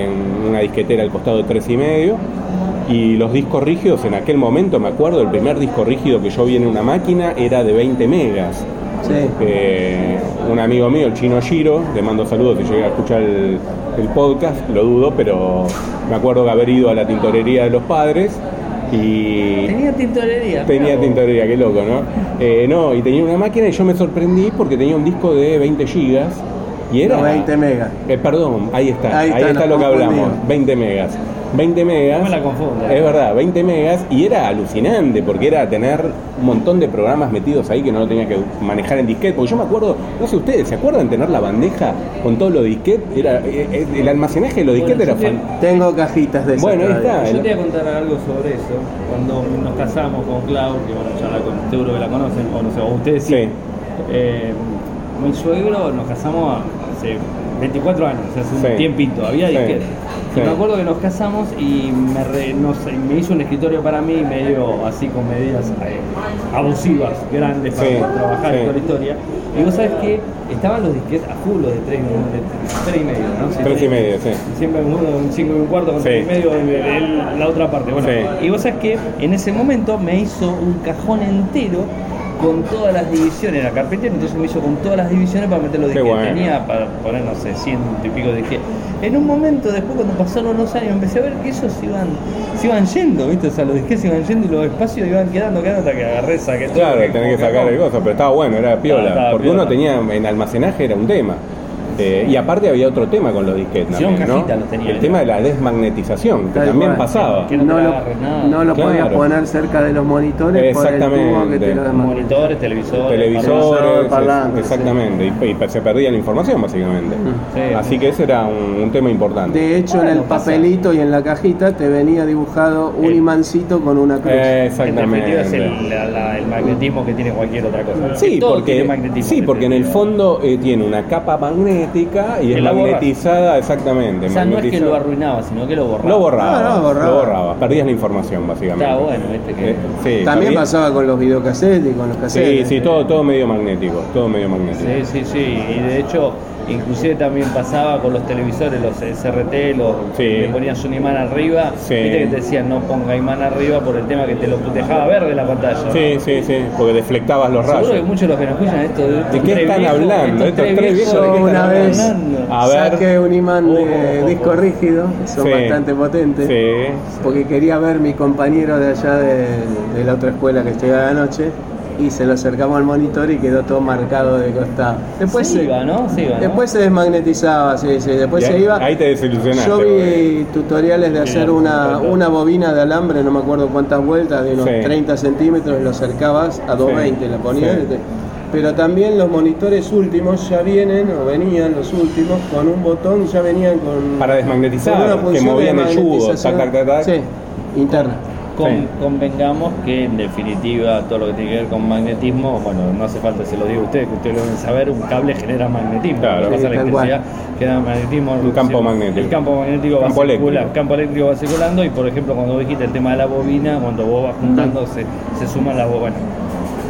A: una disquetera al costado de tres y medio. Y los discos rígidos, en aquel momento me acuerdo, el primer disco rígido que yo vi en una máquina era de 20 megas.
B: Sí.
A: Eh, un amigo mío, el chino Giro, le mando saludos si llega a escuchar el, el podcast, lo dudo, pero me acuerdo que haber ido a la tintorería de los padres y
C: Tenía tintorería.
A: Tenía
C: mirá vos.
A: tintorería, qué loco, ¿no? Eh, no, y tenía una máquina y yo me sorprendí porque tenía un disco de 20 gigas y era...
B: 20 megas.
A: Eh, perdón, ahí está, ahí
B: Ahí
A: está,
B: está, nos
A: lo que hablamos,
B: confundimos.
A: 20 megas. 20 megas.
C: No me la confunda.
A: Es verdad, 20 megas y era alucinante porque era tener un montón de programas metidos ahí que no lo tenía que manejar en disquete. Porque yo me acuerdo, no sé ustedes, ¿se acuerdan tener la bandeja con todo lo de disquete? Era, eh, eh, el almacenaje de los
C: Bueno,
A: disquetes era
C: yo te-
A: fan-
B: Tengo cajitas de esas
A: Bueno, ahí
B: todavía.
A: está.
C: Yo te voy a contar algo sobre eso. Cuando nos casamos con Clau, que bueno, ya la con- seguro que la conocen, o no sé, o ustedes sí.
A: Sí.
C: Eh, mi suegro nos casamos hace 24 años, hace
A: Sí.
C: un tiempito, había
A: Sí.
C: disquetes. Y
A: Sí.
C: me acuerdo que nos casamos y me, re- no sé, me hizo un escritorio para mí, medio así con medidas eh, abusivas, grandes para
A: Sí.
C: trabajar
A: Sí.
C: y toda la historia. Y vos sabés que estaban los disquetes a full, los de 3 y medio, ¿no? Sí,
A: Tres y medio, sí.
C: Siempre un uno, un 5 y un cuarto, con
A: Sí.
C: tres y medio, el- el- la otra parte. Bueno,
A: Sí.
C: y vos sabés que en ese momento me hizo un cajón entero con todas las divisiones, la carpetera, entonces me hizo con todas las divisiones para meter los
A: Qué
C: disquetes.
A: bueno.
C: Tenía para poner, no sé, ciento y pico de disquetes. En un momento, después, cuando pasaron los años, empecé a ver que esos se iban, se iban yendo, ¿viste? O sea, los disquetes se iban yendo y los espacios iban quedando, quedando hasta que agarré, saqué todo.
A: Claro, tenés que sacar el gozo, pero estaba bueno, era piola.
C: estaba
A: porque
C: piola.
A: uno tenía, en almacenaje era un tema. Eh, y aparte había otro tema con los disquetes.
C: Hicieron
A: también, ¿no?
C: cajita, lo tenía.
A: el tema de la desmagnetización, que
B: Tal
A: también
B: cual.
A: pasaba.
C: Que no te
B: No
C: la
B: lo,
C: agarres, nada.
B: no lo
A: Claro.
B: podías poner cerca de los monitores por el tubo que te lo
A: Exactamente.
B: demanda.
C: Monitores, televisores,
A: Televisores,
B: parlantes,
A: es- exactamente, y, y se perdía la información básicamente.
B: Mm.
C: Sí.
A: Así que ese era un, un tema importante.
B: De hecho, en
C: Bueno,
B: el
C: pasa.
B: papelito y en la cajita te venía dibujado un
C: El-
B: imancito con una cruz.
A: Eh,
C: En
A: exactamente.
C: definitiva es el, la- la- el magnetismo que tiene cualquier otra cosa.
A: Sí,
C: Todo tiene
A: porque,
C: magnetismo,
A: sí, porque en el
C: definitiva.
A: fondo eh, tiene una capa magnética y
C: Que
A: es
C: la borras.
A: magnetizada, exactamente.
C: O sea, no es que lo
A: magnetizada.
C: arruinaba, sino que lo borraba.
A: Lo borraba,
B: No, no, borraba.
A: Lo borraba. Perdías la información, básicamente.
C: Está bueno, viste que.
A: Eh, sí,
B: También
A: perdí-
B: pasaba con los videocassettes y con los
A: Sí,
B: cassettes.
A: sí, todo, todo medio magnético. Todo medio magnético.
C: Sí, sí, sí. Y de hecho, Inclusive también pasaba con los televisores, los SRT, los
A: Sí.
C: le ponías un imán arriba,
A: Sí.
C: viste que te decían no ponga imán arriba por el tema que te lo dejaba verde la pantalla.
A: Sí, sí, sí, porque deflectabas los
C: Seguro que
A: rayos.
C: muchos de los que nos escuchan esto de,
A: ¿De qué están hablando? Estos tres viejos, ¿de qué
B: Yo
A: están
B: una vez
A: hablando? Ah, A ver. Uh,
B: saqué un imán de
C: Oh.
B: disco rígido, son
A: Sí.
B: bastante potentes.
A: Sí.
B: porque quería ver mi compañero de allá de, de la otra escuela que estudiaba de noche y se lo acercamos al monitor y quedó todo marcado de costado.
A: pues
B: Después
C: se iba, ¿no? Se iba, ¿no?
B: Después se desmagnetizaba, sí, sí, después
A: Y
B: Pues se
A: ahí-
B: iba.
A: ahí te desilusionaste,
B: Yo vi
A: porque-
B: tutoriales de hacer
C: no,
B: una,
C: no.
B: una bobina de alambre, no me acuerdo cuántas vueltas, de unos
A: Sí.
B: 30 centímetros, y lo acercabas a 220, la ponías.
A: sí.
B: y te- Pero también los monitores últimos ya vienen, o venían los últimos, con un botón, ya venían con.
A: Para desmagnetizar,
B: con una
A: que
B: función de
A: movían el yugo,
B: magnetización.
A: tac, tac, tac, tac.
B: Sí, interna.
C: Con-
A: Sí.
C: Convengamos que en definitiva todo lo que tiene que ver con magnetismo, bueno, no hace falta se lo digo a ustedes, que ustedes lo deben saber, un cable genera magnetismo,
A: Claro.
C: pasa
B: Sí,
C: la
B: tal
C: electricidad, genera magnetismo,
A: Un campo
C: el-
A: magnético.
C: El campo magnético
A: Campo
C: va circulando,
A: eléctrico.
C: campo eléctrico va circulando y por ejemplo cuando vos dijiste el tema de la bobina, cuando vos vas juntando se, se suman las bobinas,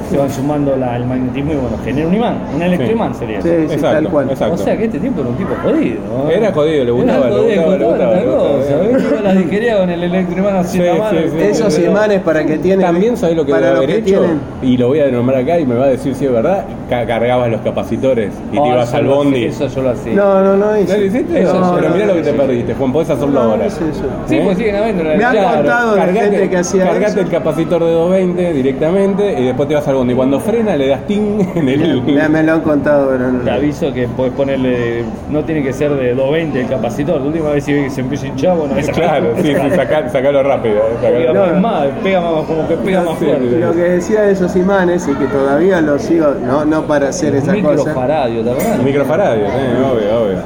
C: se van sumando la- el magnetismo y bueno, genera un imán, un electroimán sería.
B: Sí,
C: eso.
B: sí, tal cual.
A: exacto.
C: O sea que este tipo era un tipo jodido. ¿no?
A: Era jodido, le gustaba,
C: Era
A: le gustaba, le
C: contaba
A: gustaba, le
C: tanta
A: gustaba.
C: cosa, ¿ves? Iba a las disquería con el electroimán así en
A: Sí,
C: la mano.
A: sí, sí.
B: Esos
A: Pero-
B: imanes para que tienen.
A: También sabés lo que debe
B: para
A: haber
B: que
A: hecho,
B: tienen-
A: y lo voy a nombrar acá y me va a decir si es verdad, ca- cargabas los capacitores y
C: Oh,
A: te ibas
C: eso
A: al
C: lo-
A: bondi.
C: Eso yo lo hacía.
B: No, no, no. hice.
A: ¿No lo hiciste?
B: No, no,
A: Pero mirá
B: no,
A: lo que te
B: no,
A: perdiste, Juan, podés hacerlo
B: No,
A: ahora.
B: no hice eso.
C: Sí,
A: ¿Eh?
C: pues siguen habiendo.
B: Me han contado de gente que hacía
A: cargate
B: eso.
A: el capacitor de 220 directamente y después te vas al bondi. Cuando frena le das ting en el...
B: Me, me lo han contado, pero no.
C: Te aviso que puedes ponerle. No tiene que ser de 220 el capacitor. La última vez si ves que se empieza a hinchar, bueno, esa
A: Claro, sí, sí, saca- sacalo rápido. eh,
C: Pega
A: sacalo.
B: No.
C: más, más, pega más, como que pega más
A: Sí,
C: fuerte.
B: Lo que decía de esos imanes y que todavía los sigo, no, no para hacer esas cosas.
C: Microfaradio, ¿te acordás?
A: Microfaradio, eh, obvio, obvio.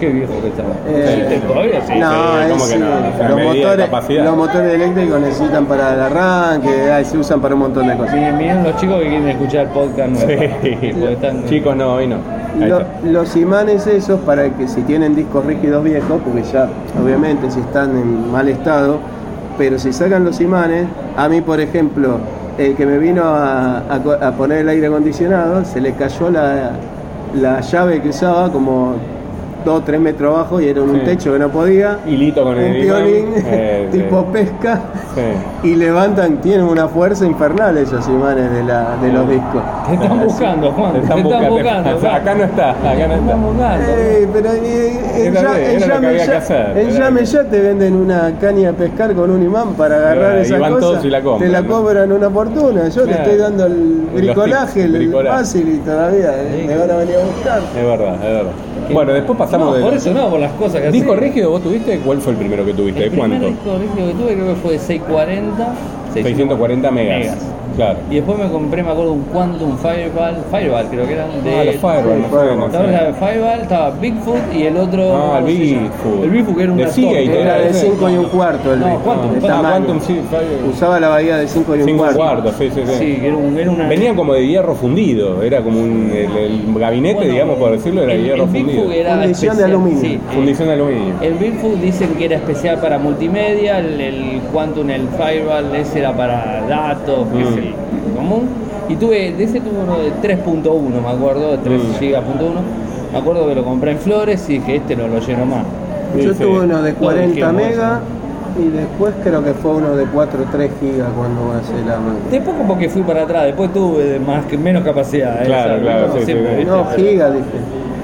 C: Qué viejo que estaba.
B: Eh,
C: ¿Existe todavía? Sí.
B: No,
A: sí, ¿cómo
B: es,
A: que no?
B: eh,
A: O sea,
B: los,
A: medida de
B: motores,
A: capacidad.
B: los motores eléctricos necesitan para el arranque, ay, se usan para un montón de cosas.
C: Miren, miren los chicos que quieren escuchar el podcast nuevo.
A: Sí.
C: Porque están-
A: Chicos, no, hoy no. Ahí
B: Lo-
A: está.
B: los imanes esos para que si tienen discos rígidos viejos, porque ya obviamente si están en mal estado, pero si sacan los imanes, a mí por ejemplo, el que me vino a, a co- a poner el aire acondicionado, se le cayó la, la llave que usaba como 2 o 3 metros abajo y era en un
A: Sí.
B: techo que no podía.
A: Hilito con
B: Un
A: el imán,
B: violín
A: eh, sí,
B: tipo pesca
A: sí.
B: y levantan, tienen una fuerza infernal esos imanes de, la, de los discos.
C: Te están buscando, Juan.
A: Te están buscando. Acá no está, acá no
C: Te
A: está.
C: están buscando.
B: Ey, pero eh, en,
A: Era
B: ya,
A: re-
B: en
A: era lo que
B: Llame
A: había que
B: ya,
A: hacer,
B: en
A: era
B: Llame
A: lo que-
B: ya te venden una caña a pescar con un imán para agarrar
A: Claro, y
B: esa
A: van
B: cosa.
A: todos y la
B: te
A: compran,
B: la
A: ¿no?
B: cobran una fortuna. Yo te
A: Claro.
B: estoy dando el
A: Los
B: bricolaje,
A: tips,
B: el
A: bricolaje.
B: fácil y todavía eh,
C: Sí.
B: me van a venir a buscar.
A: Es verdad, es verdad. Bueno, después pasamos
C: No,
A: de.
C: por eso no, por las cosas que
A: ¿Disco
C: hacía.
A: rígido vos tuviste? ¿Cuál fue el primero que tuviste?
C: El primer
A: ¿Cuánto?
C: disco rígido que tuve creo que fue de 640.
A: 640 megas.
C: megas.
A: Claro.
C: Y después me compré, me acuerdo, un Quantum Fireball. Fireball creo que eran de.
A: Ah, los Fireball,
B: sí,
A: los Fireball,
B: Fireball.
C: Estaba
A: sí.
C: la de Fireball, estaba Bigfoot y el otro.
A: Ah, el
C: ¿cómo se llama?
A: Bigfoot.
C: El Bigfoot que era
A: De
C: una
A: Seagate,
C: torta.
B: Era de
A: ese.
B: 5 y un cuarto el
C: No,
B: disco,
C: Quantum,
B: de
C: Quantum,
A: Ah,
B: tamaño.
A: Quantum, sí, Fireball.
B: Usaba la bahía de 5 y un
A: Cinco
B: cuarto.
A: cuartos, sí, sí, sí.
C: Sí, que era, un, era una.
A: Venían como de hierro fundido, era como un, el, el gabinete,
C: Bueno,
A: este, digamos, por decirlo, era de
C: el-
A: hierro
C: el Bigfoot
A: fundido.
C: era
B: Fundición de
C: especial,
B: aluminio.
C: sí, eh,
A: Fundición de aluminio.
C: El Bigfoot dicen que era especial para multimedia, el, el Quantum, el Fireball, ese era para datos, que es
A: Mm.
C: el común. Y tuve, de ese tuve uno de 3.1, me acuerdo, de 3
A: Mm.
C: GB.1. Me acuerdo que lo compré en Flores y dije, este no lo lleno más.
B: Yo
A: Sí,
B: tuve
A: sí.
B: uno de
C: Todo
B: 40
C: dijimos eso.
B: megas y después creo que fue uno de 4 o 3 gigas cuando hace la
C: Después como que fui para atrás, después tuve de más que menos capacidad. ¿eh?
A: Claro, claro,
C: uno
A: sí, sí,
C: siempre,
A: sí.
C: ¿viste?
B: No,
C: Pero-
B: gigas dije.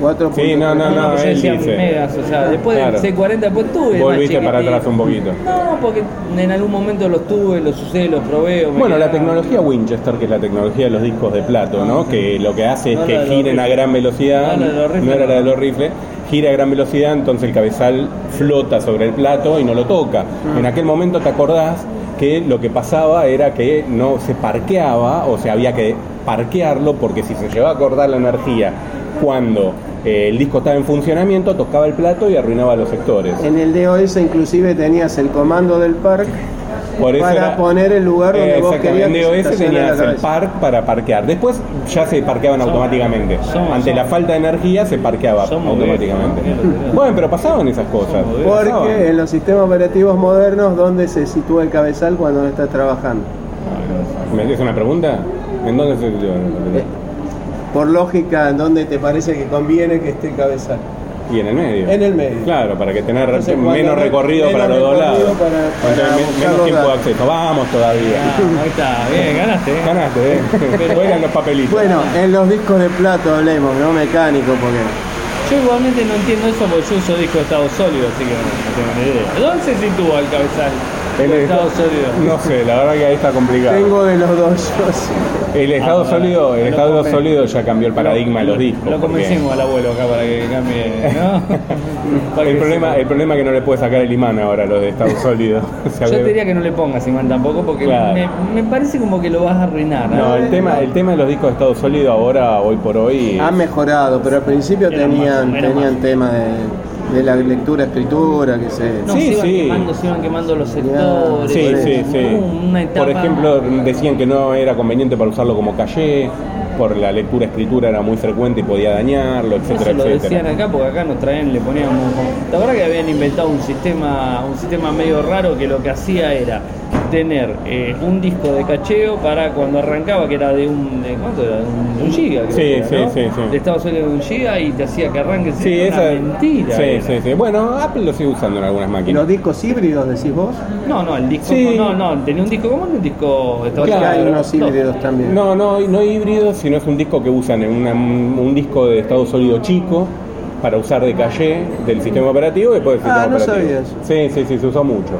B: 4
A: Este Sí, no, no,
C: No,
A: no,
C: pero yo
A: él
C: decía
A: dice.
C: megas, o sea, después
A: Claro.
C: del C40 después tuve más
A: Volviste para
C: chiquitito.
A: atrás un poquito.
C: No, porque en algún momento los tuve, los usé, los probé. o me
A: Bueno, la
C: quedaron.
A: tecnología Winchester, que es la tecnología de los discos de plato, ¿no? Que lo que hace es
C: Ah, No, la
A: que
C: de los
A: giren a
C: rifles.
A: gran velocidad,
C: No, la de los rifles
A: no era
C: no.
A: la de los rifles, gira a gran velocidad, entonces el cabezal flota sobre el plato y no lo toca.
C: Ah.
A: En aquel momento te acordás que lo que pasaba era que no se parqueaba, o sea, había que parquearlo porque si se llevaba a cortar la energía cuando eh, el disco estaba en funcionamiento, tocaba el plato y arruinaba los sectores.
B: En el DOS inclusive tenías el comando del park
A: Por eso
B: para
A: era-
B: poner el lugar donde vos
A: Exactamente,
B: querías que se
A: en DOS
B: estacione
A: tenías
B: la
A: el
B: cabeza.
A: park para parquear. Después ya se parqueaban automáticamente.
C: son-
A: Ante
C: son-
A: la falta de energía se parqueaba
C: son muy
A: automáticamente.
C: viejos, ¿no? Mira,
A: bueno, pero pasaban esas cosas.
C: Son muy viejos.
A: Pasaban.
B: Porque en los sistemas operativos modernos, ¿dónde se sitúa el cabezal cuando estás trabajando?
A: ¿Me haces una pregunta? ¿En dónde se
B: Eh, por lógica, en dónde te parece que conviene que esté el cabezal.
A: Y en el medio.
B: En el medio.
A: Claro, para que tenga re-
B: Entonces, cuando
A: menos
B: re-
A: recorrido
B: menos
A: para los dos
B: recorrido
A: lados.
B: para- para
A: Entonces, men-
B: buscar
A: menos
B: los
A: tiempo de
B: lados.
A: acceso. Vamos
C: Ah,
A: todavía.
C: ahí está, bien, ganaste. ¿eh?
A: Ganaste, ¿eh? Juegan los papelitos.
B: Bueno, en los discos de plato hablemos, no mecánico, porque
C: Yo igualmente no entiendo eso porque yo uso disco de estado sólido, así que no, no tengo ni idea. ¿Dónde se sitúa el cabezal?
A: El-
C: de estado sólido.
A: No sé, la verdad que ahí está complicado.
B: tengo de los dos shows.
A: El estado
C: Ah,
A: sólido, el
C: lo
A: estado
C: conven-
A: sólido ya cambió el paradigma de los discos.
C: Lo
A: porque
C: convencimos al abuelo acá para que cambie, ¿no? Para que
A: El problema,
C: se-
A: el problema es que no le puede sacar el imán ahora a los de estado sólido. O sea,
C: Yo
A: de-
C: te diría que no le pongas imán tampoco porque
A: Claro.
C: me, me parece como que lo vas a arruinar. ¿eh?
A: No, el tema, el tema de los discos de estado sólido ahora, hoy por hoy,
C: Ah,
B: Han mejorado, pero al principio
C: Era más,
B: tenían,
C: era
B: tenían
C: más.
B: temas de, de la lectura, escritura, que se.
C: No,
A: Sí,
C: se iban
A: sí.
C: quemando, se iban quemando los sectores.
A: Sí,
B: Por
A: sí,
B: eso.
A: sí.
C: Hubo una etapa-
A: Por ejemplo, decían que no era conveniente para usarlo como calle, por la lectura-escritura era muy frecuente y podía dañarlo, etcétera,
C: Eso lo decían
A: etcétera.
C: acá, porque acá nos traen, le poníamos. ¿Te acuerdas que habían inventado un sistema, un sistema medio raro que lo que hacía era tener eh, un disco de cacheo para cuando arrancaba, que era de un. De, ¿Cuánto era? De un, de un giga, creo
A: Sí,
C: que era,
A: sí,
C: ¿no?
A: sí, sí.
C: De Estados Unidos de un giga y te hacía que arranque.
A: Sí,
C: era
A: esa,
C: una mentira.
A: sí,
C: era.
A: sí, sí. Bueno, Apple lo sigue usando en algunas
B: ¿Y
A: máquinas.
B: los discos híbridos decís vos?
C: No, no, el disco.
A: Sí.
C: No, no, tenía un disco común y un disco de Estados
B: Porque
A: Claro,
B: hay
C: Unidos.
B: unos
C: No.
B: híbridos también.
A: No, no, no híbrido, sino es un disco que usan en una- un disco de estado sólido chico para usar de calle del sistema operativo y después del
B: Ah,
A: sistema
B: no
A: operativo.
B: sabía eso.
A: Sí, sí, sí, se usó mucho.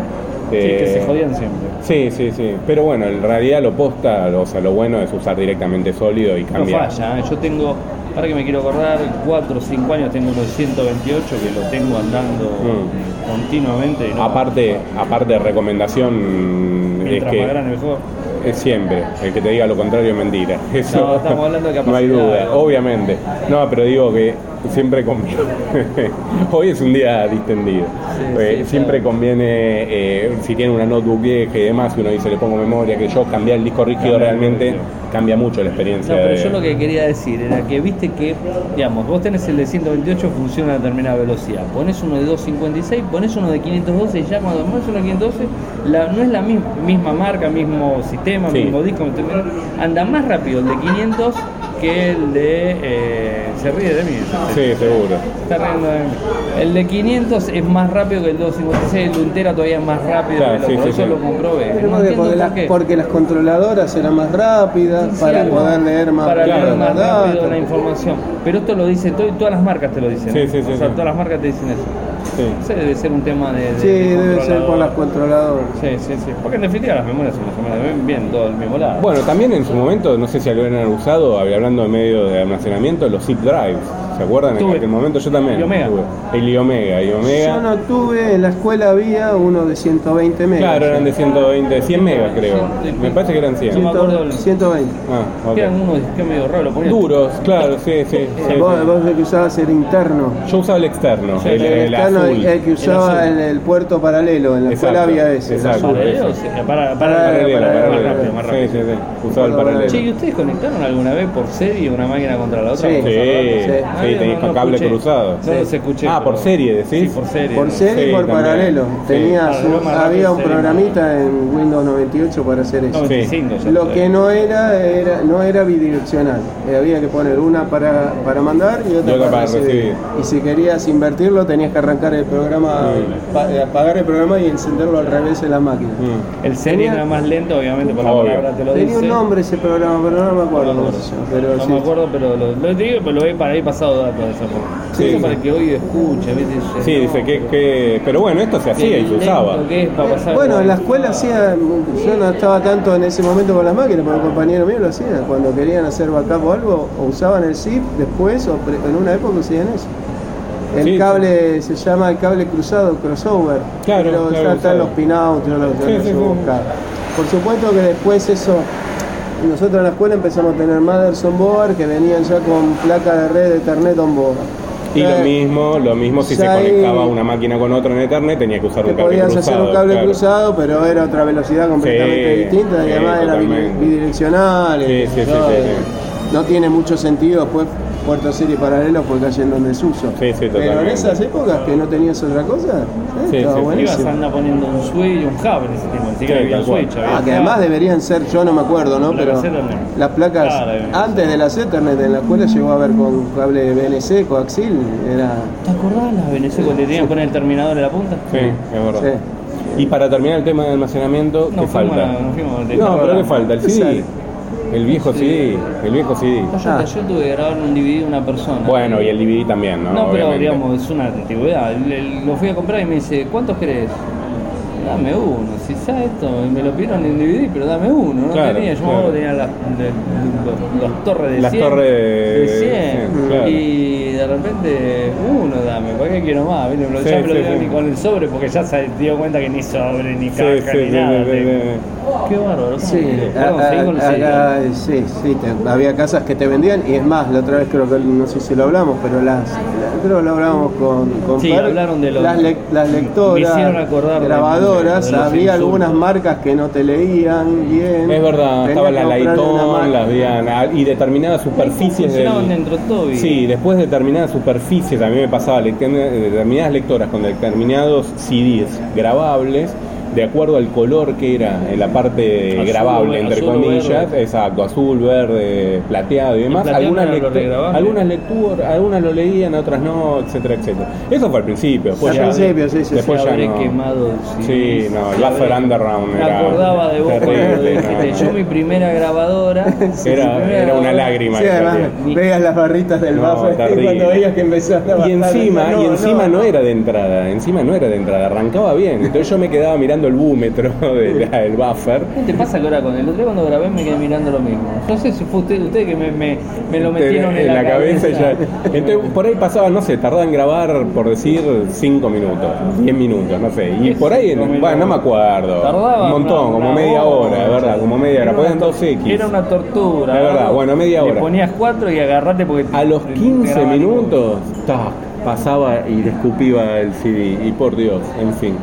C: Sí, que se
A: Eh,
C: jodían siempre.
A: Sí, sí, sí. Pero bueno, en realidad lo posta, o sea, lo bueno es usar directamente sólido y
C: No
A: cambiar.
C: falla, ¿eh? yo tengo, ahora que me quiero acordar, 4 o 5 años tengo unos 128 que lo tengo andando
A: Mm.
C: continuamente. ¿no?
A: Aparte, aparte recomendación es
C: mientras
A: que
C: más grande mejor.
A: es siempre el que te diga lo contrario es mentira. Eso
C: No, estamos hablando de
A: no hay
C: capacidad.
A: duda, obviamente. No, pero digo que siempre conviene. Hoy es un día distendido.
C: Sí,
A: Eh,
C: sí,
A: siempre
C: claro.
A: conviene, eh, si tiene una notebook vieja y demás, y uno dice le pongo memoria, que yo cambiar el disco rígido
C: Cambia el
A: realmente
C: disco
A: cambia mucho la experiencia.
C: No, pero
A: de-
C: yo lo que quería decir era que viste que, digamos, vos tenés el de 128 funciona a determinada velocidad, pones uno de 256, pones uno de 512 y ya cuando pones uno de 512 la- no es la mi- misma marca, mismo sistema,
A: Sí.
C: mismo disco, ¿me entendés? anda más rápido el de 500 que el de... eh, se ríe de mí.
A: Sí, seguro.
C: Está riendo de mí. El de 500 es más rápido que el 256, el de un tera todavía es más rápido
A: Claro,
C: que el
A: sí,
C: otro.
A: sí,
C: Eso
A: sí.
C: lo comprobé.
B: Pero
C: No
B: porque,
C: entiendo
B: porque
C: por
B: las,
C: qué.
B: porque las controladoras eran más rápidas
C: Sí,
B: para
C: algo.
B: poder leer más
C: para
A: rápido
C: leer
A: la
C: más
B: data.
C: rápido la información. Pero esto lo dice todo, y todas las marcas te lo dicen.
A: Sí,
C: ¿eh?
A: sí, sí,
C: o sea,
A: sí.
C: todas las marcas te dicen eso.
A: Sí.
C: Ese debe ser un tema de. de-
B: Sí,
C: de
B: debe ser por las
C: controlador.
B: controladoras.
C: Sí, sí, sí. Porque en definitiva las memorias son las memorias. Ven bien todo el mismo lado.
A: Bueno, también en su momento, no sé si lo habían usado, hab- hablando de medio de almacenamiento, los zip drives. ¿Se acuerdan? En
C: Tuve.
A: aquel momento yo también.
C: Y Omega.
A: tuve. El y Omega, y Omega.
B: Yo no tuve, en la escuela había uno de 120 megas.
A: Claro, eran de 120, 100 megas creo. Me parece que eran 100.
C: me acuerdo del-
B: 120.
A: Ah, ok.
C: Eran unos discos medio raros. lo ponías-
A: Duros, claro, sí, sí. sí, sí.
B: Vos, vos el que usabas el interno.
A: Yo usaba el externo,
C: Sí,
A: el,
C: el
A: el
B: externo,
A: azul.
B: el que usaba
C: azul.
B: en el puerto paralelo. En la escuela
A: Exacto,
B: había ese. el
A: exacto.
B: azul.
C: Paralelo, sí, para, para,
A: Paralelo,
B: Paralelo,
A: paralelo.
C: Más rápido, más rápido.
A: Sí, sí, sí. Usaba el paralelo.
B: Sí,
C: Che, ¿y ustedes conectaron alguna vez por serie una máquina contra la otra?
B: Sí.
C: Vamos a
A: Sí,
C: hablar.
A: sí, sí,
C: Ah, bien,
A: tenías
C: no,
A: con
C: no
A: cable
C: escuché.
A: cruzado.
C: No los escuché.
A: Ah, por
C: pero-
A: serie, decís.
C: Sí, por serie.
B: Por serie y
A: Sí,
B: por
A: también.
B: paralelo.
A: Sí. Ah,
B: Tenías un-
C: Paralelo más rápido,
B: había un
C: sí.
B: programita en Windows 98 para hacer eso.
C: 95 ya
B: Lo
C: está.
B: que no era, era no era bidireccional. Eh, Había que poner una para, para mandar y otra
A: Y otra
B: para,
A: para recibir.
B: recibir. Y si querías invertirlo, tenías que arrancar el programa, pa- eh, apagar el programa y encenderlo al revés en la máquina.
A: Mm.
C: El serie
B: Tenía-
C: era más lento, obviamente, por
A: Obvio.
C: la palabra te lo
B: Tenía
C: dice.
B: un nombre ese programa, pero no me acuerdo.
C: No,
B: cómo se llama, pero
C: Mm. no
B: sí.
C: me acuerdo, pero lo, lo digo, pero lo he para ahí pasado datos de esa forma.
A: Sí,
C: Eso
A: sí.
C: para que hoy escuche, ¿viste? Dice,
A: Sí,
C: no,
A: dice que,
C: pero
A: que. Pero bueno, esto se
C: qué
A: hacía y se
C: lento
A: usaba.
C: que es para pasar
B: Eh, Bueno,
C: por
B: en la
C: ahí.
B: escuela hacía, yo no estaba tanto en ese momento con las máquinas, pero un compañero mío lo hacía. Cuando querían hacer backup o algo, o usaban el zip después, o pre- en una época usaban eso. El
A: Sí, sí.
B: cable se llama el cable cruzado, crossover.
A: Claro,
B: Lo-
A: claro,
B: ya están
A: cruzado.
B: los pinouts, yo los, yo
A: Sí,
B: los
A: sí,
B: llevo a
A: sí.
B: buscar. Por supuesto que después eso, nosotros en la escuela empezamos a tener Motherson Board que venían ya con placa de red de Ethernet on board.
A: Y lo
B: Eh,
A: mismo, lo mismo si se
B: Ya ahí-
A: conectaba una máquina con otra en Ethernet, tenía que usar
B: Que
A: un cable
B: podías
A: cruzado.
B: hacer un cable
A: claro.
B: cruzado, pero era otra velocidad completamente
A: Sí,
B: distinta y
A: sí,
B: además era
A: totalmente.
B: bidi- bidireccional. eh, y
A: Sí,
B: qué
A: sí,
B: sé
A: sí,
B: yo,
A: sí,
B: y No tiene mucho sentido después Puerto City Paralelo fue cayendo en desuso.
A: Sí, sí,
B: Pero en
A: totalmente.
B: esas épocas que no tenías otra cosa, eh,
A: Sí, sí, sí.
B: estaba
C: Ibas
B: buenísimo.
C: anda poniendo un switch y un hub en ese tiempo, así que
A: Sí,
C: había
A: tal
C: un
A: cual.
C: switch. había
B: Ah, que
C: hub.
B: además deberían ser, yo no me acuerdo, ¿no?
C: Las
B: Pero
C: Ethernet.
B: las placas
C: Claro, deben ser.
B: antes de las Ethernet en la escuela llegó a haber con cable BNC, coaxil, era.
C: ¿Te acordás las Venezuela cuando le tenían que poner el terminador en la punta?
A: Sí, es verdad.
B: sí.
A: Y para terminar el tema de almacenamiento,
C: No
A: ¿qué
C: fuimos,
A: falta?
C: no fuimos. del
A: No, pero
C: programa.
A: ¿qué falta? El
B: ¿Qué
A: CD.
B: sale?
A: El viejo
C: Sí.
A: CD. El viejo CD.
B: Ah.
C: Cállate, Yo tuve que grabar un DVD de una persona.
A: Bueno, y el DVD también, ¿no?
C: No, pero
A: Obviamente.
C: digamos, es una antigüedad. Le- lo fui a comprar y me dice, ¿cuántos querés? Dame uno. Si ya esto, me lo pidieron en DVD, pero dame uno. No
A: Claro,
C: tenía, yo
A: claro.
C: no tenía las, de- de- los- las torres de
A: Las
C: 100.
A: torres de
C: de 100.
A: 100, claro.
C: Y de repente, uno dame, ¿para qué quiero más? ¿Viste? Pero
A: Sí,
C: ya me lo
A: sí,
C: dieron
A: sí.
C: ni con el sobre porque ya se dio cuenta que ni sobre, ni
A: Sí,
C: caja,
A: sí,
C: ni
A: sí,
C: nada.
A: sí,
C: te-
A: sí,
C: Qué bárbaro. ¿cómo
B: Sí,
C: que-
B: a-
C: Perdón, seguí con el
B: a-
C: CD.
B: acá, eh, sí, sí, te- había casas que te vendían y es más, la otra vez creo que no sé si lo hablamos, pero las la- creo que lo hablamos con, con
C: Sí,
B: Fer,
C: hablaron de los-
B: las, lec- las
C: me
B: lectoras,
C: hicieron acordar de-
B: grabadoras,
C: de los
B: había
C: insultos.
B: algunas marcas que no te leían bien.
A: Es verdad,
B: Tenía
A: estaba
B: que
A: la
B: comprarle una
A: Layton,
B: marca.
A: las Diana, y determinadas superficies
C: Funcionaban
A: del-
C: dentro de todo y-
A: Sí, después de determinadas superficies, a mí me pasaba, le- ten- eh, determinadas lectoras con determinados CDs grabables, de acuerdo al color que era en la parte
C: Azul,
A: grabable,
C: azul,
A: entre
C: verde.
A: comillas, exacto, azul, verde, plateado y demás,
C: plateado
A: algunas,
C: era lo
A: lectu-
C: regrabable.
A: algunas lecturas, algunas lo leían, otras no, etcétera, etcétera. Eso fue al principio, después
B: Al
A: ya,
B: principio, sí, sí, sí,
A: después pues
C: Se
A: ya
C: habré
A: no.
C: quemado el CD.
A: Sí, no, el
C: Se
A: Buffer
C: habré-
A: Underground
C: Me
A: era
C: acordaba de vos cuando
A: terrible,
C: dijiste,
A: no.
C: yo mi primera grabadora. mi
A: Era, era
C: primera
A: una
C: grabadora".
A: lágrima.
B: Sí,
A: que
B: además,
A: salía.
C: Ni-
B: veías las barritas del
A: No,
B: buffer y
A: terrible.
B: cuando veías que empezaste a bajar,
A: Y encima,
B: decías,
A: y encima no, era de entrada, encima no era de entrada, arrancaba bien. Entonces yo me quedaba mirando el búmetro del buffer.
C: ¿Qué te pasa que ahora con el otro día cuando grabé me quedé mirando lo mismo? No sé si fue usted, usted que me, me, me lo metieron en,
A: la cabeza y ya. Entonces por ahí pasaba, no sé, tardaba en grabar, por decir, 5 minutos, 10 minutos, no sé. Y por ahí,
C: Cinco
A: en-
C: minutos.
A: bueno, no me acuerdo.
C: Tardaba
A: un montón,
C: una-
A: como
C: una
A: media hora, de verdad, como media hora.
C: Era
A: Pues en
C: una tor-
A: 2X.
C: Era una tortura.
A: De verdad, bueno, media
C: Le
A: hora.
C: ponías cuatro y agarrate porque.
A: A los
C: te- te
A: 15
C: graban igual.
A: minutos, tac, pasaba y le escupía el CD. Y por Dios, en fin.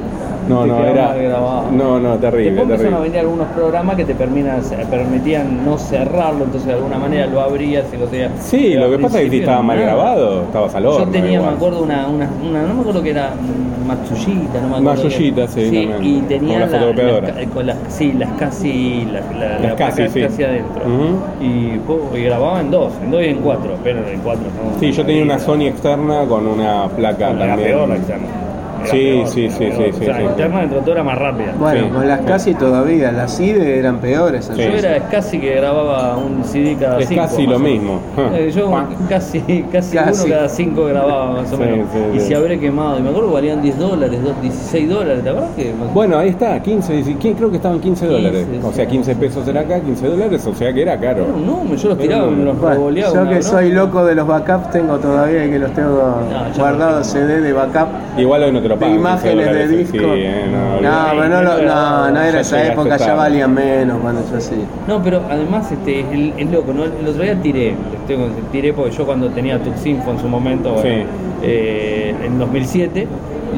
A: No,
C: Te
A: no,
C: quedaba
A: era.
C: mal grabado.
A: No, no, terrible,
C: Después empezaron a
A: terrible.
C: vender algunos programas que te perminan- permitían no cerrarlo, entonces de alguna manera lo abrías y lo tenías.
A: Sí,
C: Pero
A: lo que
C: al
A: pasa es que si
C: principio
A: estaba
C: no,
A: mal
C: nada.
A: grabado, estabas al horno.
C: Yo tenía,
A: igual.
C: me acuerdo, una, una, una- no me acuerdo que era mm, Matsushita, no me acuerdo.
A: Matsushita,
C: qué.
A: sí, también.
C: Y
A: Con
C: tenía
A: la
C: la-
A: fotocopiadora.
C: las ca- con las, sí, las casi, la, la,
A: Las
C: la
A: casi,
C: placa
A: sí.
C: casi adentro.
A: Ujú.
C: y, po- y grababa en dos, en dos y en cuatro, pero en cuatro no.
A: Sí, yo tenía una
C: Sony
A: Sony externa con una placa
C: Era
A: también.
C: peor la externa. Era
A: Sí,
C: peor,
A: sí,
C: era
A: sí,
C: peor.
A: sí,
C: O
A: sí,
C: sea,
A: sí.
C: la interna dentro de todo era más rápida.
B: Bueno,
A: Sí.
B: con las casi todavía, las CIDE eran peores.
A: Sí.
C: Yo era casi que grababa un CD cada
A: Es
C: cinco.
A: casi
C: más
A: lo
C: o menos.
A: mismo. Ah.
C: Eh, yo
A: Pac.
C: casi, casi,
B: Casi.
C: uno cada cinco grababa más o
A: Sí,
C: menos.
A: sí,
C: y
A: sí.
C: se habré quemado. Y me acuerdo que valían 10 dólares, dos- 16 dólares, ¿te acuerdas que?
A: Bueno, ahí está, 15, 15, creo que estaban 15 dólares.
C: 15,
A: O sea,
C: sí.
A: 15 pesos era acá, 15 dólares, o sea que era caro.
C: Era un número, yo los
A: Era un
C: tiraba,
A: número.
C: los
B: Bueno,
C: revoleaba.
B: yo
C: una
B: que
C: bronca.
B: soy loco de los backups, tengo todavía que los tengo
C: ya no
B: guardados
C: tengo.
B: CD de backup
A: Igual hoy no te lo
B: de
A: pagan. 15
B: imágenes de
A: dólares el
B: disco.
A: CD, eh,
B: no,
A: no,
B: pero no, lo- no, no
A: Ya
B: era esa
A: llegaste
B: época, ya
A: tarde.
B: valían menos cuando yo así.
C: No, pero además este, es, el- es loco, ¿no? El otro día tiré, les tengo que decir, tiré porque yo cuando tenía Tuxinfo en su momento, bueno,
A: Sí.
C: eh, en 2007,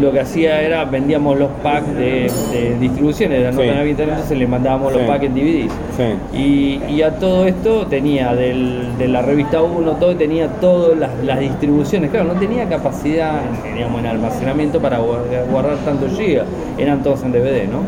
C: lo que hacía era vendíamos los packs de, de distribuciones de la
A: Sí.
C: nota navideña, entonces le mandábamos
A: Sí.
C: los packs en DVDs.
A: Sí.
C: Y, y a todo esto tenía del- de la revista 1, todo tenía todas las, las distribuciones. Claro, no tenía capacidad en- digamos, en almacenamiento para guardar, guardar tantos gigas. Eran todos en DVD, ¿no?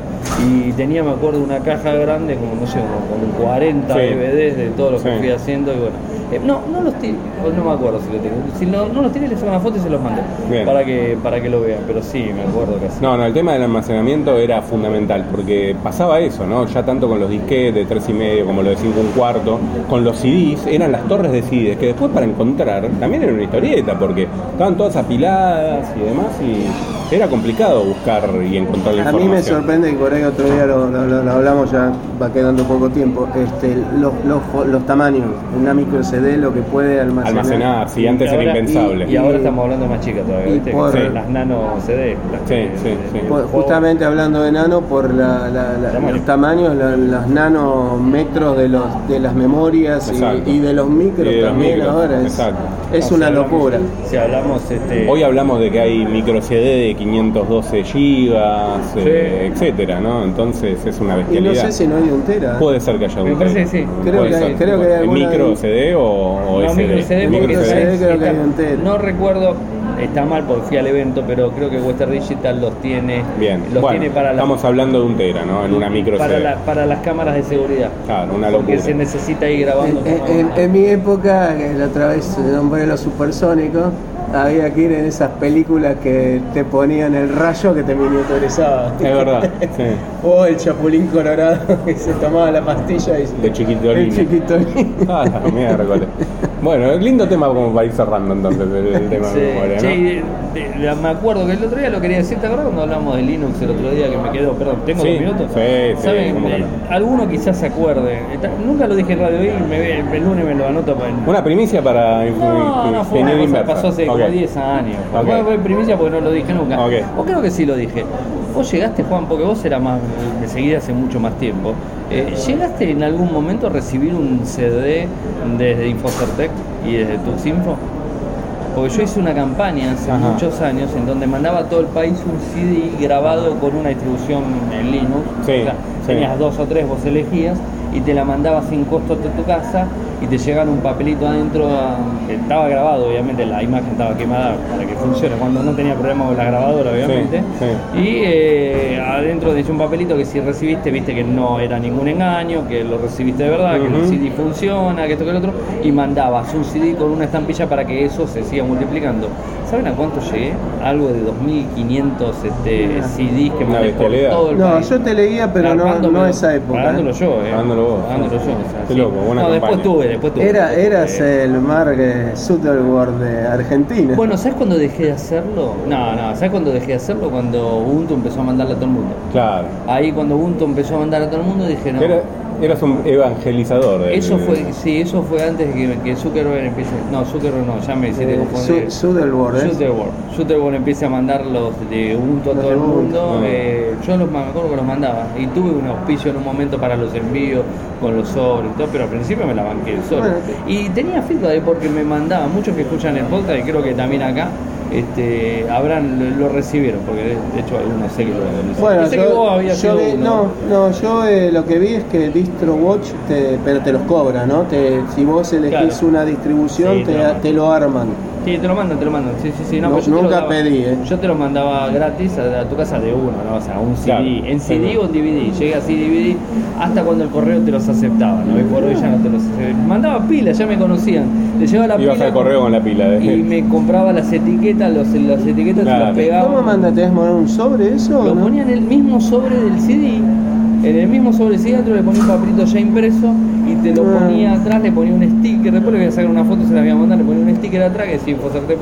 C: Y tenía, me acuerdo, una caja grande, como no sé, como con 40
A: Sí.
C: DVDs de todo lo que
A: Sí.
C: fui haciendo. Y bueno, Eh, no, no los tiré, o no me acuerdo si los tiré. Si no, no los tiré, les hago una foto y se los mandé
A: Bien.
C: para que, para que lo vean. Pero sí, me acuerdo que así.
A: No, no, el tema del almacenamiento era fundamental, porque pasaba eso, ¿no? Ya tanto con los disquetes de tres y medio como los de cinco y un cuarto, con los CDs, eran las torres de CDs, que después para encontrar también era una historieta, porque estaban todas apiladas y demás, y era complicado buscar y encontrar la
B: A mí
A: información.
B: me sorprende, y por ahí otro día lo, lo- lo- lo hablamos, ya va quedando poco tiempo, este, los, los, fo- los tamaños, una micro CD, lo que puede almacenar.
A: Almacenar, sí, antes
C: Y
A: era
C: ahora-
A: impensable.
C: Y, y ahora estamos hablando más chica todavía,
B: Y
C: ¿viste? Que
B: por-
C: son las nanos CD. las
A: Sí,
C: que-
A: sí,
C: de-
A: sí.
C: de-
B: Pues, justamente hablando de nano, por la- la- la-
C: Tamaño.
B: los tamaños, la- los nanometros de, los, de las memorias
A: Exacto.
B: y, y de los micros
A: Y de los
B: también
A: micros,
B: ahora. Es,
A: exacto.
B: es
C: No, si
B: una
C: hablamos-
B: locura.
C: Si hablamos este,
A: Hoy hablamos de que hay micro CD de 512 gigas, eh, etcétera, ¿no? Entonces es una
B: Y
A: bestialidad.
B: no sé si no hay un tera.
A: Puede ser que haya un
C: Me parece
A: tera.
C: que sí.
A: Puede
B: Creo que
A: ser.
B: hay- creo que hay alguna-
A: ¿Micro CD o, o
C: no,
A: SD?
C: micro CD,
B: Micro
C: porque
B: CD,
C: ¿sabes?
B: creo que
C: Está-
B: hay entero.
C: no recuerdo, está mal porque fui al evento, pero creo que Western Digital los tiene,
A: Bien,
C: los
A: bueno,
C: tiene para, la-
A: estamos hablando de un tera, ¿no? En una micro
C: para,
A: CD.
C: la- para las cámaras de seguridad.
A: Claro, una
C: porque
A: locura.
C: se necesita ir
B: En,
C: grabando. como-
B: Eh, en- en mi época, que la otra vez eh, nombré los supersónicos, había que ir en esas películas que te ponían el rayo que te miniaturizaba.
A: Es verdad, sí.
B: O el chapulín colorado que se tomaba la pastilla y se-
A: De chiquitolina.
B: El chiquitolín.
A: Ah, la miércoles. Bueno, lindo tema como para ir cerrando entonces el, el tema
C: Sí,
A: de memoria, ¿no?
C: che, y de- de- la- me acuerdo que el otro día lo quería decir, ¿te acuerdas cuando hablamos de Linux el otro día que me quedó? Perdón, ¿tengo
A: Sí,
C: dos minutos?
A: sí, sí,
C: ¿Saben?
A: cómo que no.
C: Eh, Alguno quizás se acuerde. Está- Nunca lo dije en radio y me, el lunes me lo anoto para el-
A: Una primicia para inf-
C: No, no
A: ingeniería
C: fue una cosa que
A: inversa.
C: pasó hace
A: Ok.
C: como 10 años.
A: Ok.
C: Bueno, fue en primicia porque no lo dije nunca.
A: Ok.
C: O creo que sí lo dije. Vos llegaste, Juan, porque vos eras más, me seguí hace mucho más tiempo. Eh, ¿Llegaste en algún momento a recibir un CD desde Infocertec y desde Tuxinfo? Porque yo hice una campaña hace
A: Ajá.
C: muchos años en donde mandaba a todo el país un CD grabado con una distribución en Linux.
A: Sí,
C: O sea,
A: sí.
C: tenías dos o tres vos elegías y te la mandabas sin costo hasta tu casa y te llegaba un papelito adentro a- que estaba grabado obviamente la imagen estaba quemada para que funcione cuando no tenía problema con la grabadora obviamente
A: sí.
C: y eh, adentro decía un papelito que si recibiste viste que no era ningún engaño que lo recibiste de verdad que
A: Ujú.
C: el CD funciona que esto que el otro y mandabas un CD con una estampilla para que eso se siga multiplicando ¿saben a cuánto llegué? algo de 2500 este, CDs que
A: Una
C: mandé por
A: bestialidad.
C: todo el
B: No,
C: país
B: yo te leía, pero no, no esa época.
C: dándolo yo, eh.
A: Pagándolo vos.
C: Pagándolo yo. o sea,
A: Qué
C: sí.
A: loco, buena
C: No, después
A: campaña.
C: tuve, después tuve. Eh,
B: Era,
C: después tuve.
B: eras el Mark Zuckerberg de Argentina. Eh,
C: Bueno, ¿sabes cuándo dejé de hacerlo? No, no, ¿sabes cuándo dejé de hacerlo? Cuando Ubuntu empezó a mandarle a todo el mundo.
A: Claro.
C: Ahí cuando Ubuntu empezó a mandar a todo el mundo dije, no.
A: Era- eras un evangelizador. del-
C: Eso fue, sí, eso fue antes de que, que Zuckerberg empiece. No, Zuckerberg no, ya me hiciste
B: Eh,
C: confundir.
B: Zu- Zuckerberg, ¿eh?
C: Zuckerberg. Zuckerberg empieza a mandar los de Ubuntu a
B: Los
C: todo
B: de
C: el
B: Ubuntu.
C: mundo.
A: Ah.
C: eh, yo los, me acuerdo que los mandaba. Y tuve un auspicio en un momento para los envíos, con los sobres y todo, pero al principio me la banqué solo.
B: Bueno.
C: Y tenía feedback porque me mandaban, muchos que escuchan el podcast y creo que también acá. Este, habrán lo, lo recibieron porque de, de hecho algunos sé que lo recibieron.
B: Bueno,
C: Pensé que vos habías
B: yo
C: sido
B: vi-
C: uno.
B: no, no, yo eh, lo que vi es que DistroWatch, te, pero te los cobra, ¿no? Te, si vos elegís
C: Claro.
B: una distribución,
C: Sí,
B: te,
C: te lo mandan.
B: te lo arman.
C: Sí, te lo mandan, te lo mandan. Sí, sí, sí. No,
B: No,
C: pero yo te
B: nunca
C: lo daba-
B: pedí, ¿eh?
C: Yo te lo mandaba gratis a, a tu casa de uno, ¿no? O sea, un CD.
A: Claro,
C: en CD
A: claro.
C: o en DVD. Llega así DVD hasta cuando el correo te los aceptaba, ¿no? Y por hoy ya no te los aceptaba. Mandaba pilas, ya me conocían. Le llevaba la
A: Ibas
C: pila
A: al correo con la pila. ¿eh? de-
C: y me compraba las etiquetas, los, las etiquetas y
A: Claro.
C: las pegaba.
B: ¿Cómo manda? ¿Te poner un sobre eso?
C: Lo
B: o no?
C: ponía en el mismo sobre del CD. En el mismo sobre del CD, adentro le ponía un papelito ya impreso y te lo
B: Ah.
C: ponía atrás, le ponía un sticker. Después le voy a sacar una foto, se la voy a mandar, le ponía un sticker atrás que decía Infocertec.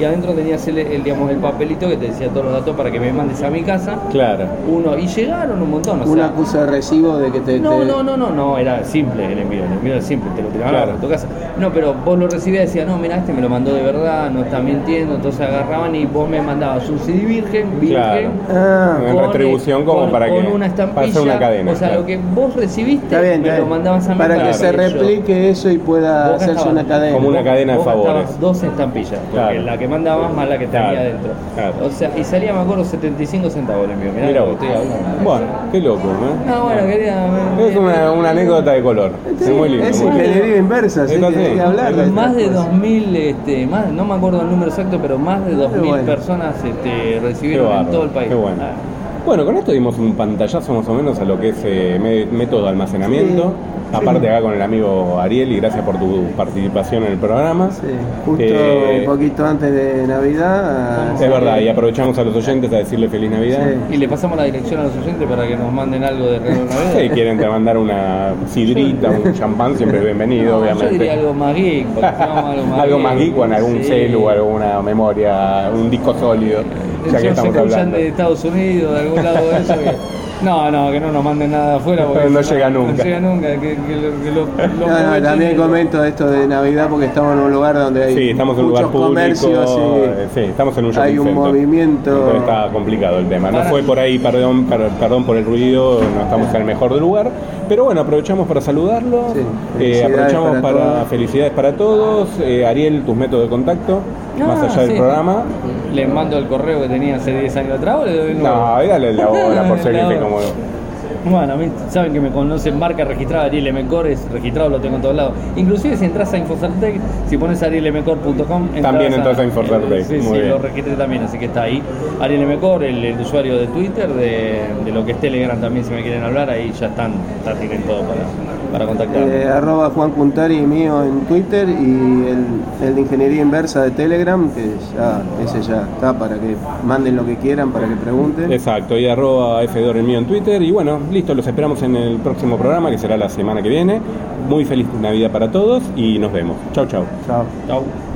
C: Y adentro tenías el, el, digamos, el papelito que te decía todos los datos para que me mandes a mi casa.
A: Claro.
C: Uno, y llegaron un montón. O sea,
B: Un acuso de recibo de que te.
C: no,
B: te-
C: no, no, no, no, era simple el envío, el envío era simple, te lo tiraban
A: Claro.
C: a tu casa. No, pero vos lo recibías y decías, no, mira, este me lo mandó de verdad, no está mintiendo, entonces agarraban y vos me mandabas un CD virgen, virgen,
A: Claro.
B: Ah,
A: En retribución como para que-
C: una
A: para
C: estampilla,
A: hacer una cadena,
C: o sea
A: claro.
C: lo que vos recibiste
B: está bien,
C: me
B: está
C: lo
B: bien.
C: mandabas a mí
B: Para que se
C: yo-
B: replique eso y pueda
C: Vos
B: hacerse
C: gastabas-
B: una cadena.
A: Como una cadena de
C: vos gastabas
A: favores.
C: dos estampillas porque
A: Claro.
C: la que mandabas más la que tenía
A: Claro,
C: adentro
A: claro.
C: o sea y salía me acuerdo 75 centavos el envío mirá
A: Mira
C: lo que
A: vos.
C: estoy hablando.
A: Bueno, qué loco, ¿no?
C: no bueno quería
A: Es una, una anécdota de color. es muy lindo.
B: Es
A: muy lindo.
B: ingeniería inversa, sí,
A: Es así.
B: tenés que hablar de
C: Más de
B: estas cosas.
C: 2.000, este, más, no me acuerdo el número exacto, pero más de 2.000
B: bueno.
C: personas este,
A: Qué
C: recibieron en
A: bárbaro,
C: todo el país.
A: qué bueno.
C: Ah,
A: Bueno, con esto dimos un pantallazo más o menos a lo que es eh, me- método de almacenamiento.
B: Sí.
A: Aparte acá con el amigo Ariel y gracias por tu participación en el programa.
B: Sí, justo
A: Eh,
B: un poquito antes de Navidad.
A: Es verdad, y aprovechamos a los oyentes a decirle feliz Navidad.
B: Sí.
C: Y le pasamos la dirección a los oyentes para que nos manden algo de regalo de Navidad.
A: Si quieren te mandar una sidrita, un champán, siempre bienvenido,
C: No, yo
A: obviamente.
C: diría algo más geek, porque somos algo más
A: algo más geek o en algún
C: sí.
A: celu, alguna memoria, un disco sólido. Ya que
C: yo sé
A: estamos
C: que escuchan
A: hablando.
C: de Estados Unidos, de algún lado de eso. que- no, no, que no nos manden nada afuera. Porque
A: No llega nunca.
C: No llega nunca. Que, que lo, que lo-
B: No,
C: lo
B: no,
C: aprovechen y
B: también
C: lo-
B: comento esto de Navidad porque estamos en un lugar donde hay
A: Sí, estamos en un
B: muchos
A: lugar público.
B: comercios
A: eh, sí, estamos en un shopping
B: hay un
A: center.
B: movimiento.
A: Entonces está complicado el tema. No
C: Para-
A: fue por ahí, perdón, per- perdón por el ruido, no estamos en el mejor lugar. Pero bueno, aprovechamos para saludarlo.
B: Sí,
A: Eh,
B: felicidades
A: aprovechamos
B: para
A: para,
B: todos.
A: felicidades para todos. Eh, Ariel, tus métodos de contacto,
C: Ah,
A: más allá del
C: sí.
A: programa.
C: ¿Les mando el correo que tenía hace 10 años atrás o le doy el nuevo?
A: No, dale la hora, por ser
C: La
A: que
C: hora.
A: como.
C: Bueno, a mí, saben que me conocen marca registrada Ariel M. Cor, es registrado, lo tengo en todos lados. Inclusive si entras a Infocertec, si pones arielmcor.com,
A: También entras a Infocertec,
C: Sí,
A: muy
C: sí,
A: bien.
C: lo registré también, así que está ahí. Ariel M. Cor, el, el usuario de Twitter, de, de lo que es Telegram también, si me quieren hablar, ahí ya están, ya tienen todo para, para contactarme.
B: Eh, arroba Juan Puntari mío en Twitter y el, el de Ingeniería Inversa de Telegram, que ya, ese ya está para que manden lo que quieran, para que pregunten.
A: Exacto, y arroba Fedor el mío en Twitter. Y bueno, listo, los esperamos en el próximo programa que será la semana que viene. Muy feliz Navidad para todos y nos vemos. Chau, chau.
B: Chao.
C: Chau.